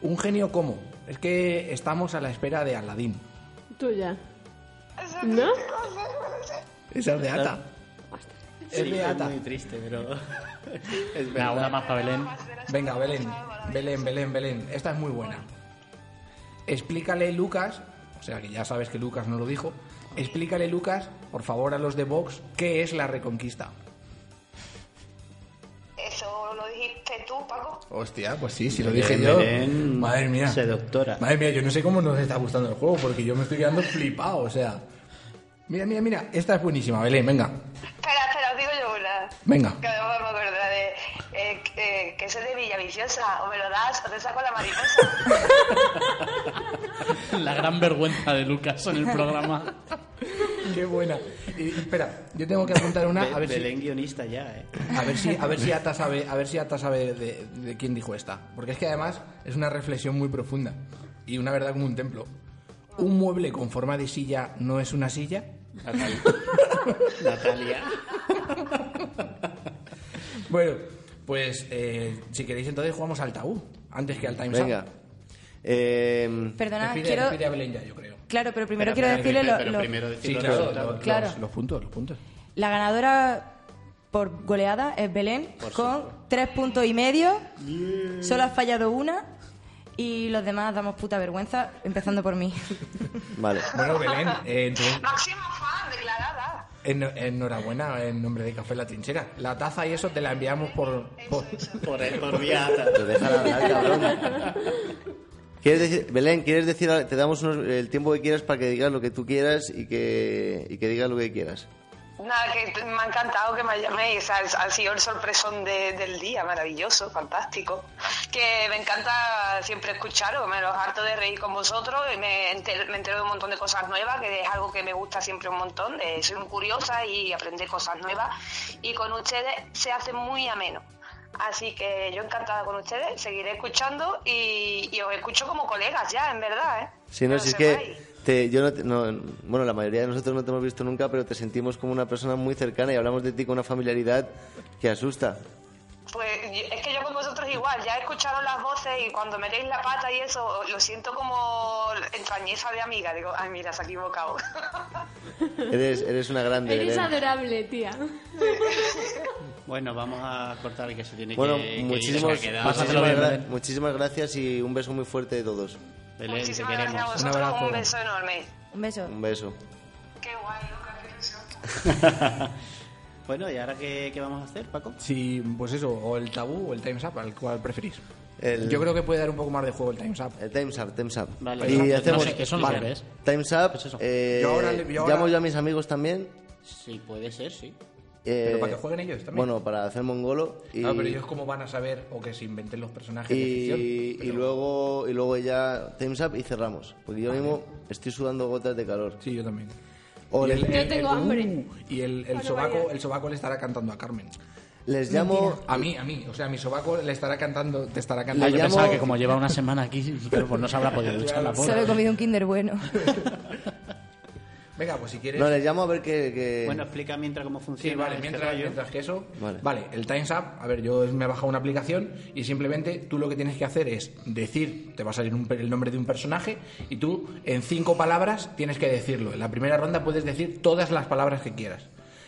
Speaker 1: Un genio como. Es que estamos a la espera de Aladín.
Speaker 3: Tuya.
Speaker 7: Eso
Speaker 3: ¿No?
Speaker 1: Esa es de Ata.
Speaker 2: Ah. Sí,
Speaker 1: Es de
Speaker 2: es
Speaker 1: Ata.
Speaker 2: muy triste, pero. es
Speaker 5: Venga,
Speaker 2: verdad.
Speaker 5: una más para Belén.
Speaker 1: Venga, Belén. Belén, Belén, Belén. Esta es muy buena. Explícale, Lucas, o sea que ya sabes que Lucas no lo dijo. Explícale, Lucas, por favor, a los de Vox, qué es la reconquista.
Speaker 7: Eso lo dijiste tú, Paco.
Speaker 1: Hostia, pues sí, si lo
Speaker 2: Belén,
Speaker 1: dije yo.
Speaker 2: Belén,
Speaker 1: Madre mía.
Speaker 2: seductora.
Speaker 1: Madre mía, yo no sé cómo nos está gustando el juego, porque yo me estoy quedando flipado, o sea. Mira, mira, mira. Esta es buenísima, Belén. Venga.
Speaker 7: Espera, espera, os digo yo una.
Speaker 1: Venga.
Speaker 7: Que además me acuerdo la de eh, eh, que soy de Villaviciosa, o me lo das o te saco la mariposa.
Speaker 5: La gran vergüenza de Lucas en el programa.
Speaker 1: Qué buena. Y, espera, yo tengo que apuntar una. A ver si.
Speaker 2: Belén guionista ya, ¿eh?
Speaker 1: A ver si, a ver si Ata sabe, a ver si Ata sabe de, de quién dijo esta. Porque es que además es una reflexión muy profunda. Y una verdad como un templo. ¿Un mueble con forma de silla no es una silla?
Speaker 2: Natalia. Natalia.
Speaker 1: Bueno, pues eh, si queréis entonces jugamos al tabú. Antes que al times
Speaker 4: Venga.
Speaker 1: up.
Speaker 4: Eh,
Speaker 6: Perdona,
Speaker 1: Despide-
Speaker 6: quiero...
Speaker 1: despide a Belén ya, yo creo.
Speaker 6: Claro, pero primero
Speaker 2: Espera,
Speaker 6: quiero decirle
Speaker 2: espera, espera,
Speaker 6: lo-
Speaker 2: pero
Speaker 6: lo-
Speaker 2: primero
Speaker 1: Sí,
Speaker 2: decirlo
Speaker 1: claro,
Speaker 2: todo,
Speaker 1: lo- los,
Speaker 6: claro.
Speaker 1: los puntos, los puntos.
Speaker 6: La ganadora por goleada es Belén con tres puntos y medio. Solo has fallado una y los demás damos puta vergüenza, empezando por mí.
Speaker 4: vale.
Speaker 1: Bueno, Belén, eh, entonces,
Speaker 7: Máxima fan, declarada.
Speaker 1: en- enhorabuena en nombre de Café La Trinchera. La taza y eso te la enviamos por... por-
Speaker 2: Por, por vía Ata.
Speaker 4: Pero déjala hablar, cabrón. ¿Quieres decir, Belén, ¿quieres decir, al- te damos unos- el tiempo que quieras para que digas lo que tú quieras y que, y que digas lo que quieras?
Speaker 7: Nada, que t- me ha encantado que me llaméis al, al señor sorpresón de- del día, maravilloso, fantástico. Que me encanta siempre escucharos, me los harto de reír con vosotros y me, enter- me entero de un montón de cosas nuevas, que es algo que me gusta siempre un montón. eh, soy muy curiosa y aprender cosas nuevas y con ustedes se hace muy ameno. Así que yo encantada con ustedes, seguiré escuchando y, y os escucho como colegas ya, en verdad. ¿eh?
Speaker 4: Si no,
Speaker 7: lo
Speaker 4: si es
Speaker 7: sepáis.
Speaker 4: que te- yo no, te- no- bueno, la mayoría de nosotros no te hemos visto nunca, pero te sentimos como una persona muy cercana y hablamos de ti con una familiaridad que asusta.
Speaker 7: Pues yo- es que yo con vosotros igual, ya escucharon las voces y cuando metéis la pata y eso, lo siento como entrañeza de amiga. Digo, ay, mira, se ha equivocado.
Speaker 4: Eres, eres una grande,
Speaker 3: Eres
Speaker 4: Belén.
Speaker 3: adorable, tía.
Speaker 2: Bueno, vamos a cortar que se tiene
Speaker 4: Bueno,
Speaker 2: que- que, ir,
Speaker 4: muchísimos-
Speaker 2: se ha quedado.
Speaker 5: Pásatelo
Speaker 4: muchísimas,
Speaker 5: bien,
Speaker 4: gra-
Speaker 5: Belén.
Speaker 4: muchísimas gracias y un beso muy fuerte de todos.
Speaker 2: Belén, te
Speaker 7: Muchísimas gracias a
Speaker 2: queremos.
Speaker 1: Un
Speaker 7: vosotros,
Speaker 1: abrazo.
Speaker 7: un beso enorme.
Speaker 6: Un beso.
Speaker 4: Un beso.
Speaker 7: Qué guay, Lucas, qué ilusión.
Speaker 2: bueno, ¿y ahora qué, qué vamos a hacer, Paco?
Speaker 1: Si, pues eso, o el tabú o el times up, al cual preferís.
Speaker 4: El- Eh,
Speaker 1: Yo creo que puede dar un poco más de juego el times up.
Speaker 4: El Time's Up, Time's Up.
Speaker 2: Vale.
Speaker 4: y
Speaker 2: No ¿eh? sé
Speaker 4: hacemos
Speaker 5: qué son los
Speaker 4: vale,
Speaker 5: bebés.
Speaker 4: Time's Up.
Speaker 2: Pues
Speaker 5: es eso?
Speaker 4: eh,
Speaker 1: Yo ahora le- yo ahora-
Speaker 4: Llamo yo a mis amigos también.
Speaker 2: Sí, puede ser, sí.
Speaker 4: eh,
Speaker 1: Pero para que jueguen ellos también.
Speaker 4: Bueno, para hacer mongolo. Y,
Speaker 1: Claro, pero ellos cómo van a saber o que se inventen los personajes
Speaker 4: y,
Speaker 1: de ficción.
Speaker 4: y
Speaker 1: Pero-
Speaker 4: luego y luego ya Time's Up y cerramos. Porque yo mismo estoy sudando gotas de calor.
Speaker 1: Sí, yo también.
Speaker 4: O
Speaker 1: Y
Speaker 4: les,
Speaker 3: Yo tengo hambre.
Speaker 1: uh, y el, el
Speaker 3: Bueno,
Speaker 1: sobaco,
Speaker 3: vaya.
Speaker 1: el sobaco le estará cantando a Carmen.
Speaker 4: les llamo.
Speaker 1: A mí, a mí. O sea, mi sobaco le estará cantando, te estará cantando.
Speaker 5: Ah, yo
Speaker 4: llamo-
Speaker 5: pensaba que como lleva una semana aquí, claro, pues no se habrá podido duchar la
Speaker 6: Solo he
Speaker 5: pobre.
Speaker 6: comido un Kinder bueno.
Speaker 1: Venga, pues si quieres.
Speaker 4: No, les llamo a ver qué. qué-
Speaker 2: Bueno, explica mientras cómo funciona.
Speaker 1: Sí, vale,
Speaker 2: este
Speaker 1: mientras,
Speaker 2: rollo.
Speaker 1: mientras que eso.
Speaker 4: Vale.
Speaker 1: Vale. el Times Up, a ver, yo me he bajado una aplicación y simplemente tú lo que tienes que hacer es decir, te va a salir un per- el nombre de un personaje y tú en cinco palabras tienes que decirlo. En la primera ronda puedes decir todas las palabras que quieras.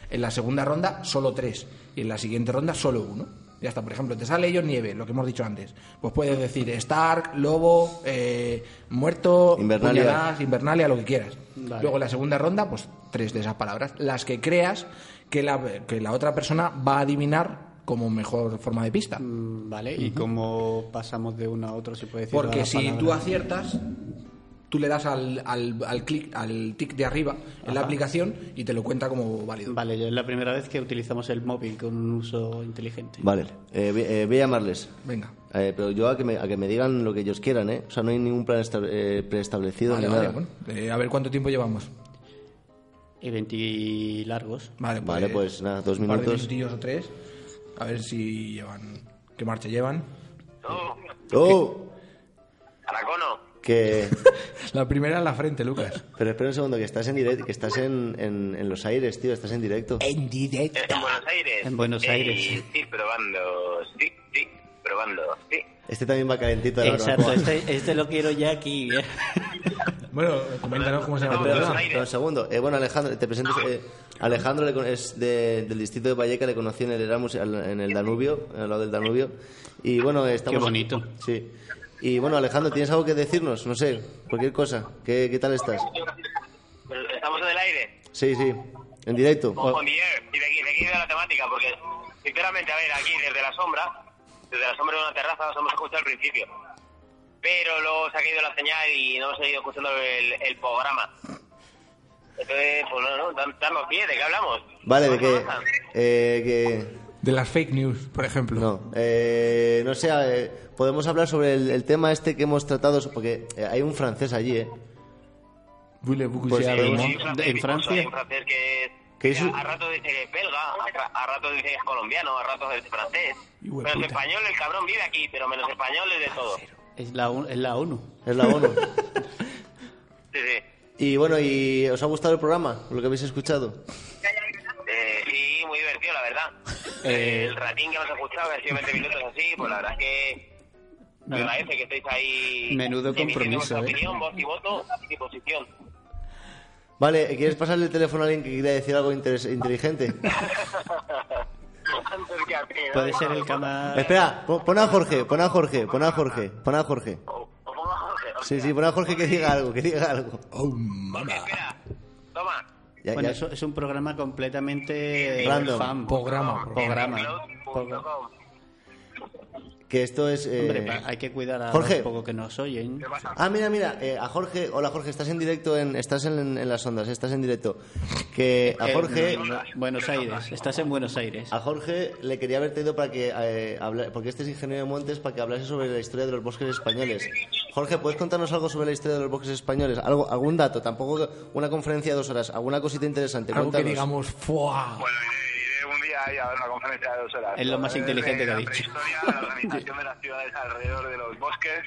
Speaker 1: En la segunda ronda solo tres y en la siguiente ronda solo uno. Ya está, por ejemplo, te sale yo nieve, lo que hemos dicho antes. Pues puedes decir Stark, Lobo, eh, Muerto,
Speaker 4: Invernalia.
Speaker 1: puñaladas, invernalia, lo que quieras. Luego en la segunda ronda, pues tres de esas palabras, las que creas que la, que la otra persona va a adivinar como mejor forma de pista.
Speaker 2: Mm, Vale, ¿y cómo pasamos de uno a otro? Si puede decir
Speaker 1: Porque
Speaker 2: todas las
Speaker 1: si tú
Speaker 2: palabras?
Speaker 1: aciertas, tú le das al, al, al clic, al tic de arriba en la aplicación y te lo cuenta como válido.
Speaker 2: Vale, yo es la primera vez que utilizamos el móvil con un uso inteligente.
Speaker 4: Vale, eh, voy- eh, voy a llamarles.
Speaker 1: Venga.
Speaker 4: Eh, pero yo a que, me, a que me digan lo que ellos quieran, ¿eh? O sea, no hay ningún plan esta- eh, preestablecido
Speaker 1: Vale,
Speaker 4: ni
Speaker 1: vale,
Speaker 4: nada.
Speaker 1: bueno. Eh, a ver cuánto tiempo llevamos.
Speaker 2: Y 20 largos.
Speaker 1: Vale, pues,
Speaker 4: Vale, pues nada, dos
Speaker 1: un par de
Speaker 4: minutos.
Speaker 1: minutillos o tres. A ver si llevan. ¿Qué marcha llevan?
Speaker 4: ¡Oh!
Speaker 8: Caracono,
Speaker 4: Que...
Speaker 1: La primera en la frente, Lucas.
Speaker 4: Pero espera un segundo, que estás en directo, que estás en, en, en los aires, tío, estás en directo.
Speaker 1: En directo.
Speaker 8: en Buenos Aires.
Speaker 2: En Buenos
Speaker 8: Eh,
Speaker 2: Aires.
Speaker 8: Sí, probando, sí, sí, probando, sí.
Speaker 4: Este también va calentito de
Speaker 2: Exacto,
Speaker 4: barbacoa.
Speaker 2: este, este lo quiero ya aquí. ¿eh?
Speaker 1: Bueno, coméntanos cómo se llama. tu
Speaker 8: Buenos
Speaker 1: programa.
Speaker 8: Aires.
Speaker 4: Espera un segundo. Eh, bueno, Alejandro, te presento. eh, Alejandro le con- es de- del distrito de Valleca, le conocí en el Erasmus, al- en el Danubio, al lado del Danubio. Y bueno, eh, estamos.
Speaker 2: Qué bonito.
Speaker 4: Sí. Y bueno, Alejandro, ¿tienes algo que decirnos? No sé, cualquier cosa. ¿Qué, qué tal estás?
Speaker 8: Estamos en el aire.
Speaker 4: Sí, sí, en directo.
Speaker 8: On the air. Y de aquí, de aquí de la temática, porque sinceramente, a ver, aquí desde la sombra, desde la sombra de una terraza, nos hemos escuchado al principio. Pero luego se ha caído la señal y no hemos seguido escuchando el, el programa. Entonces, pues no, no, dan- danos pie, ¿de qué hablamos?
Speaker 4: Vale, de
Speaker 8: ¿Qué
Speaker 4: que...
Speaker 8: pasa?
Speaker 4: eh, que
Speaker 1: De las fake news, por ejemplo.
Speaker 4: No, eh, no sé, eh, podemos hablar sobre el, el tema este que hemos tratado, porque eh, hay un francés allí, ¿eh?
Speaker 1: Bulle, bucu,
Speaker 4: Pues
Speaker 1: sea,
Speaker 4: sí,
Speaker 1: ¿no?
Speaker 8: hay un francés
Speaker 2: ¿En
Speaker 8: discurso,
Speaker 2: Francia?
Speaker 8: hay un francés que,
Speaker 4: Que
Speaker 8: que
Speaker 4: es-
Speaker 8: a ratos dice que es belga, a, ra- a ratos dice que es colombiano, a ratos es francés.
Speaker 1: Y hueputa.
Speaker 8: Menos español, el cabrón vive aquí, pero menos español es de todo. Sí,
Speaker 2: Es la, un- es la ONU.
Speaker 4: Es la ONU.
Speaker 8: sí.
Speaker 4: y bueno, ¿y os ha gustado el programa? Lo que habéis escuchado.
Speaker 8: Eh, sí, muy divertido, la verdad.
Speaker 2: Eh.
Speaker 8: el ratín que nos escuchado, que ha sido 20 minutos así, pues la verdad es que me
Speaker 2: Nada.
Speaker 8: parece que estáis ahí.
Speaker 2: Menudo
Speaker 8: emitiendo
Speaker 2: compromiso,
Speaker 8: vuestra
Speaker 2: ¿eh?
Speaker 8: opinión, voz y voto y posición.
Speaker 4: Vale, ¿quieres pasarle el teléfono a alguien que quiera decir algo interes- inteligente?
Speaker 8: Antes que a ti, ¿no?
Speaker 2: Puede ser el cama...
Speaker 4: Espera, po- pon a Jorge, pon a Jorge, pon a Jorge, pon a Jorge.
Speaker 8: O- o pongo a Jorge, o
Speaker 4: Sí,
Speaker 8: sea,
Speaker 4: sí, pon a Jorge que diga algo, que diga algo.
Speaker 1: Oh, mamá.
Speaker 8: Espera, toma.
Speaker 4: Ya,
Speaker 2: Bueno,
Speaker 4: ya.
Speaker 2: eso es un programa completamente
Speaker 4: Random.
Speaker 2: fan.
Speaker 1: Programa,
Speaker 2: Programa.
Speaker 8: Blog.com.
Speaker 4: Que esto es... eh,
Speaker 2: Hombre, pa- hay que cuidar a
Speaker 4: Jorge.
Speaker 2: los pocos que nos oyen.
Speaker 8: ¿Qué pasa?
Speaker 4: Ah, mira, mira, eh, a Jorge, hola Jorge, estás en directo, en, estás en, en las ondas, estás en directo. Que a
Speaker 2: Eh,
Speaker 4: Jorge...
Speaker 2: no, no, Buenos Aires. Estás en Buenos Aires.
Speaker 4: A Jorge le quería haber traído para que eh, habla- porque este es ingeniero de Montes para que hablase sobre la historia de los bosques españoles. Jorge, ¿puedes contarnos algo sobre la historia de los bosques españoles? Algo, algún dato, tampoco una conferencia de dos horas, alguna cosita interesante.
Speaker 1: Algo que
Speaker 4: cuéntanos.
Speaker 1: digamos, ¡fua!
Speaker 8: Bueno, iré, iré un día ahí a ver una conferencia de dos horas.
Speaker 2: Es lo más
Speaker 8: Desde
Speaker 2: inteligente que ha dicho.
Speaker 8: La prehistoria, la organización de las ciudades alrededor de los bosques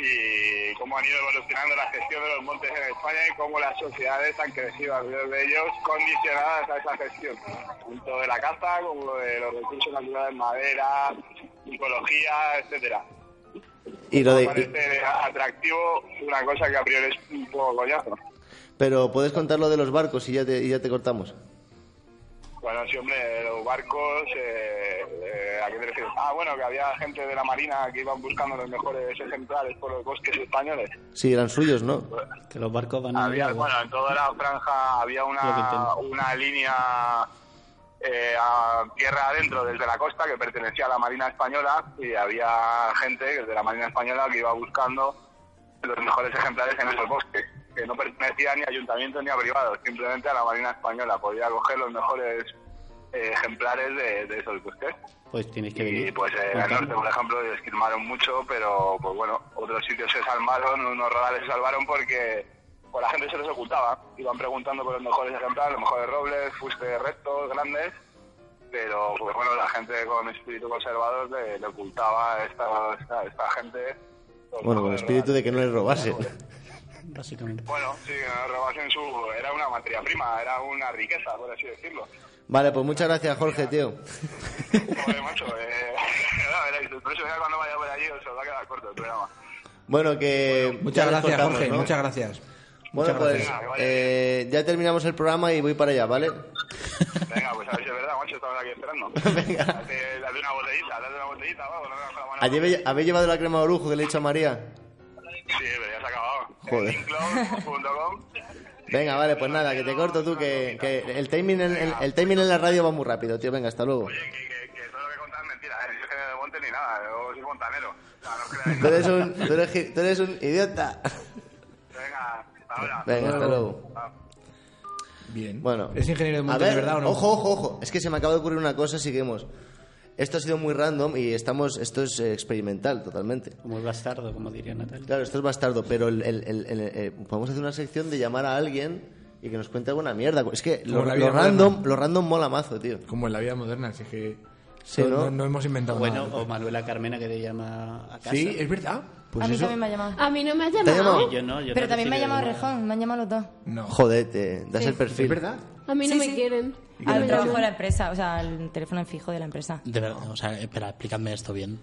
Speaker 8: y cómo han ido evolucionando la gestión de los montes en España y cómo las sociedades han crecido alrededor de ellos condicionadas a esa gestión. Tanto de la caza como de los recursos naturales, madera, ecología, etcétera.
Speaker 4: Y lo de-
Speaker 8: Me parece atractivo una cosa que a priori es un poco coñazo.
Speaker 4: pero puedes contar lo de los barcos y ya te, y ya te cortamos.
Speaker 8: Bueno, sí, hombre, los barcos, eh, eh, ¿a qué te refieres? Ah, bueno, que había gente de la Marina que iban buscando los mejores ejemplares por los bosques españoles.
Speaker 4: Sí, eran suyos, ¿no?
Speaker 2: Que los barcos van a...
Speaker 8: Había, bueno, en toda la franja había
Speaker 2: Lo que
Speaker 8: una,
Speaker 2: entiendo.
Speaker 8: una línea eh, a tierra adentro desde la costa que pertenecía a la Marina Española y había gente desde la Marina Española que iba buscando los mejores ejemplares en esos bosques, que no pertenecían ni a ayuntamientos ni a privados, simplemente a la Marina Española. Podía coger los mejores eh, ejemplares de, de esos bosques.
Speaker 2: Pues tienes que venir.
Speaker 8: Y pues eh, en el
Speaker 2: Contarnos.
Speaker 8: norte, por ejemplo, esquilmaron mucho, pero pues bueno, otros sitios se salvaron, unos rodales se salvaron porque pues, la gente se los ocultaba. Iban preguntando por los mejores ejemplares, los mejores robles, fuste rectos, grandes, pero pues bueno, la gente con espíritu conservador le, le ocultaba a esta, a esta gente. los
Speaker 4: Bueno, con
Speaker 8: mejores
Speaker 4: espíritu de
Speaker 8: rodales.
Speaker 4: que no les robase.
Speaker 2: Básicamente.
Speaker 8: Bueno, sí, que robasen su... Era una materia prima, era una riqueza, por así decirlo.
Speaker 4: Vale, pues muchas gracias, Jorge, tío.
Speaker 8: Joder, macho, eh... a ver, el próximo día cuando vaya por allí se os va a quedar corto el programa.
Speaker 4: Bueno, que...
Speaker 1: Muchas
Speaker 4: ya les
Speaker 1: gracias,
Speaker 4: cortamos,
Speaker 1: Jorge.
Speaker 4: ¿no?
Speaker 1: Muchas gracias.
Speaker 4: Bueno,
Speaker 1: muchas
Speaker 4: pues
Speaker 8: gracias.
Speaker 4: eh, ya terminamos el programa y voy para allá, ¿vale?
Speaker 8: Venga, pues a ver si es verdad, macho, estamos aquí esperando.
Speaker 4: Venga.
Speaker 8: Date, date una botellita, date una botellita, vamos, date una con la mano.
Speaker 4: Allí ve- ¿Habéis llevado la crema de orujo que le he hecho a María?
Speaker 8: Sí, pero ya se ha acabado.
Speaker 4: Joder.
Speaker 8: Incloud.com.
Speaker 4: Venga, vale, pues nada, que te corto tú, que, que el, timing en, el, el timing en la radio va muy rápido, tío. Venga, hasta luego.
Speaker 8: Oye, que, que, que todo lo que contás es mentira, ¿eh? yo es que de monte ni nada, yo soy montanero. O sea, no os creáis
Speaker 4: Tú
Speaker 8: nada.
Speaker 4: eres un, tú eres, gi- tú eres un idiota.
Speaker 8: Venga, hasta ahora.
Speaker 4: Venga, hasta luego.
Speaker 1: Bien.
Speaker 4: Bueno.
Speaker 1: ¿Es ingeniero de
Speaker 4: A
Speaker 1: monte
Speaker 4: ver,
Speaker 1: de verdad o no?
Speaker 4: Ojo, ojo, ojo. Es que se me acaba de ocurrir una cosa, seguimos. Esto ha sido muy random y estamos, esto es eh, experimental totalmente.
Speaker 2: Como el bastardo, como diría Natalia.
Speaker 4: Claro, esto es bastardo, pero el, el- el- el- eh, podemos hacer una sección de llamar a alguien y que nos cuente alguna mierda. Es que lo,
Speaker 1: Como la
Speaker 4: lo
Speaker 1: vida
Speaker 4: random,
Speaker 1: moderna.
Speaker 4: lo random mola mazo, tío.
Speaker 1: Como en la vida moderna, si es que
Speaker 4: Sí,
Speaker 1: no,
Speaker 4: ¿no?
Speaker 1: no- no hemos inventado
Speaker 2: Bueno,
Speaker 1: nada.
Speaker 2: o Manuela Carmena que te llama a casa.
Speaker 1: Sí, es verdad. Pues
Speaker 6: a mí
Speaker 1: eso.
Speaker 6: también me ha llamado.
Speaker 3: A mí no me has
Speaker 4: ¿Te ha
Speaker 3: llamado.
Speaker 4: llamado?
Speaker 2: Yo no, yo
Speaker 6: Pero
Speaker 2: no
Speaker 6: también me ha
Speaker 2: recibo
Speaker 6: llamado
Speaker 2: llamada.
Speaker 6: Rejón, me han llamado los dos.
Speaker 1: No.
Speaker 4: Joder, te das el perfil.
Speaker 1: ¿Es verdad?
Speaker 3: A mí no
Speaker 6: Sí,
Speaker 3: me
Speaker 6: sí.
Speaker 3: quieren.
Speaker 6: Ah, yo trabajo en la empresa, o sea, el teléfono fijo de la empresa.
Speaker 5: De verdad, o sea, espera, explícame esto bien.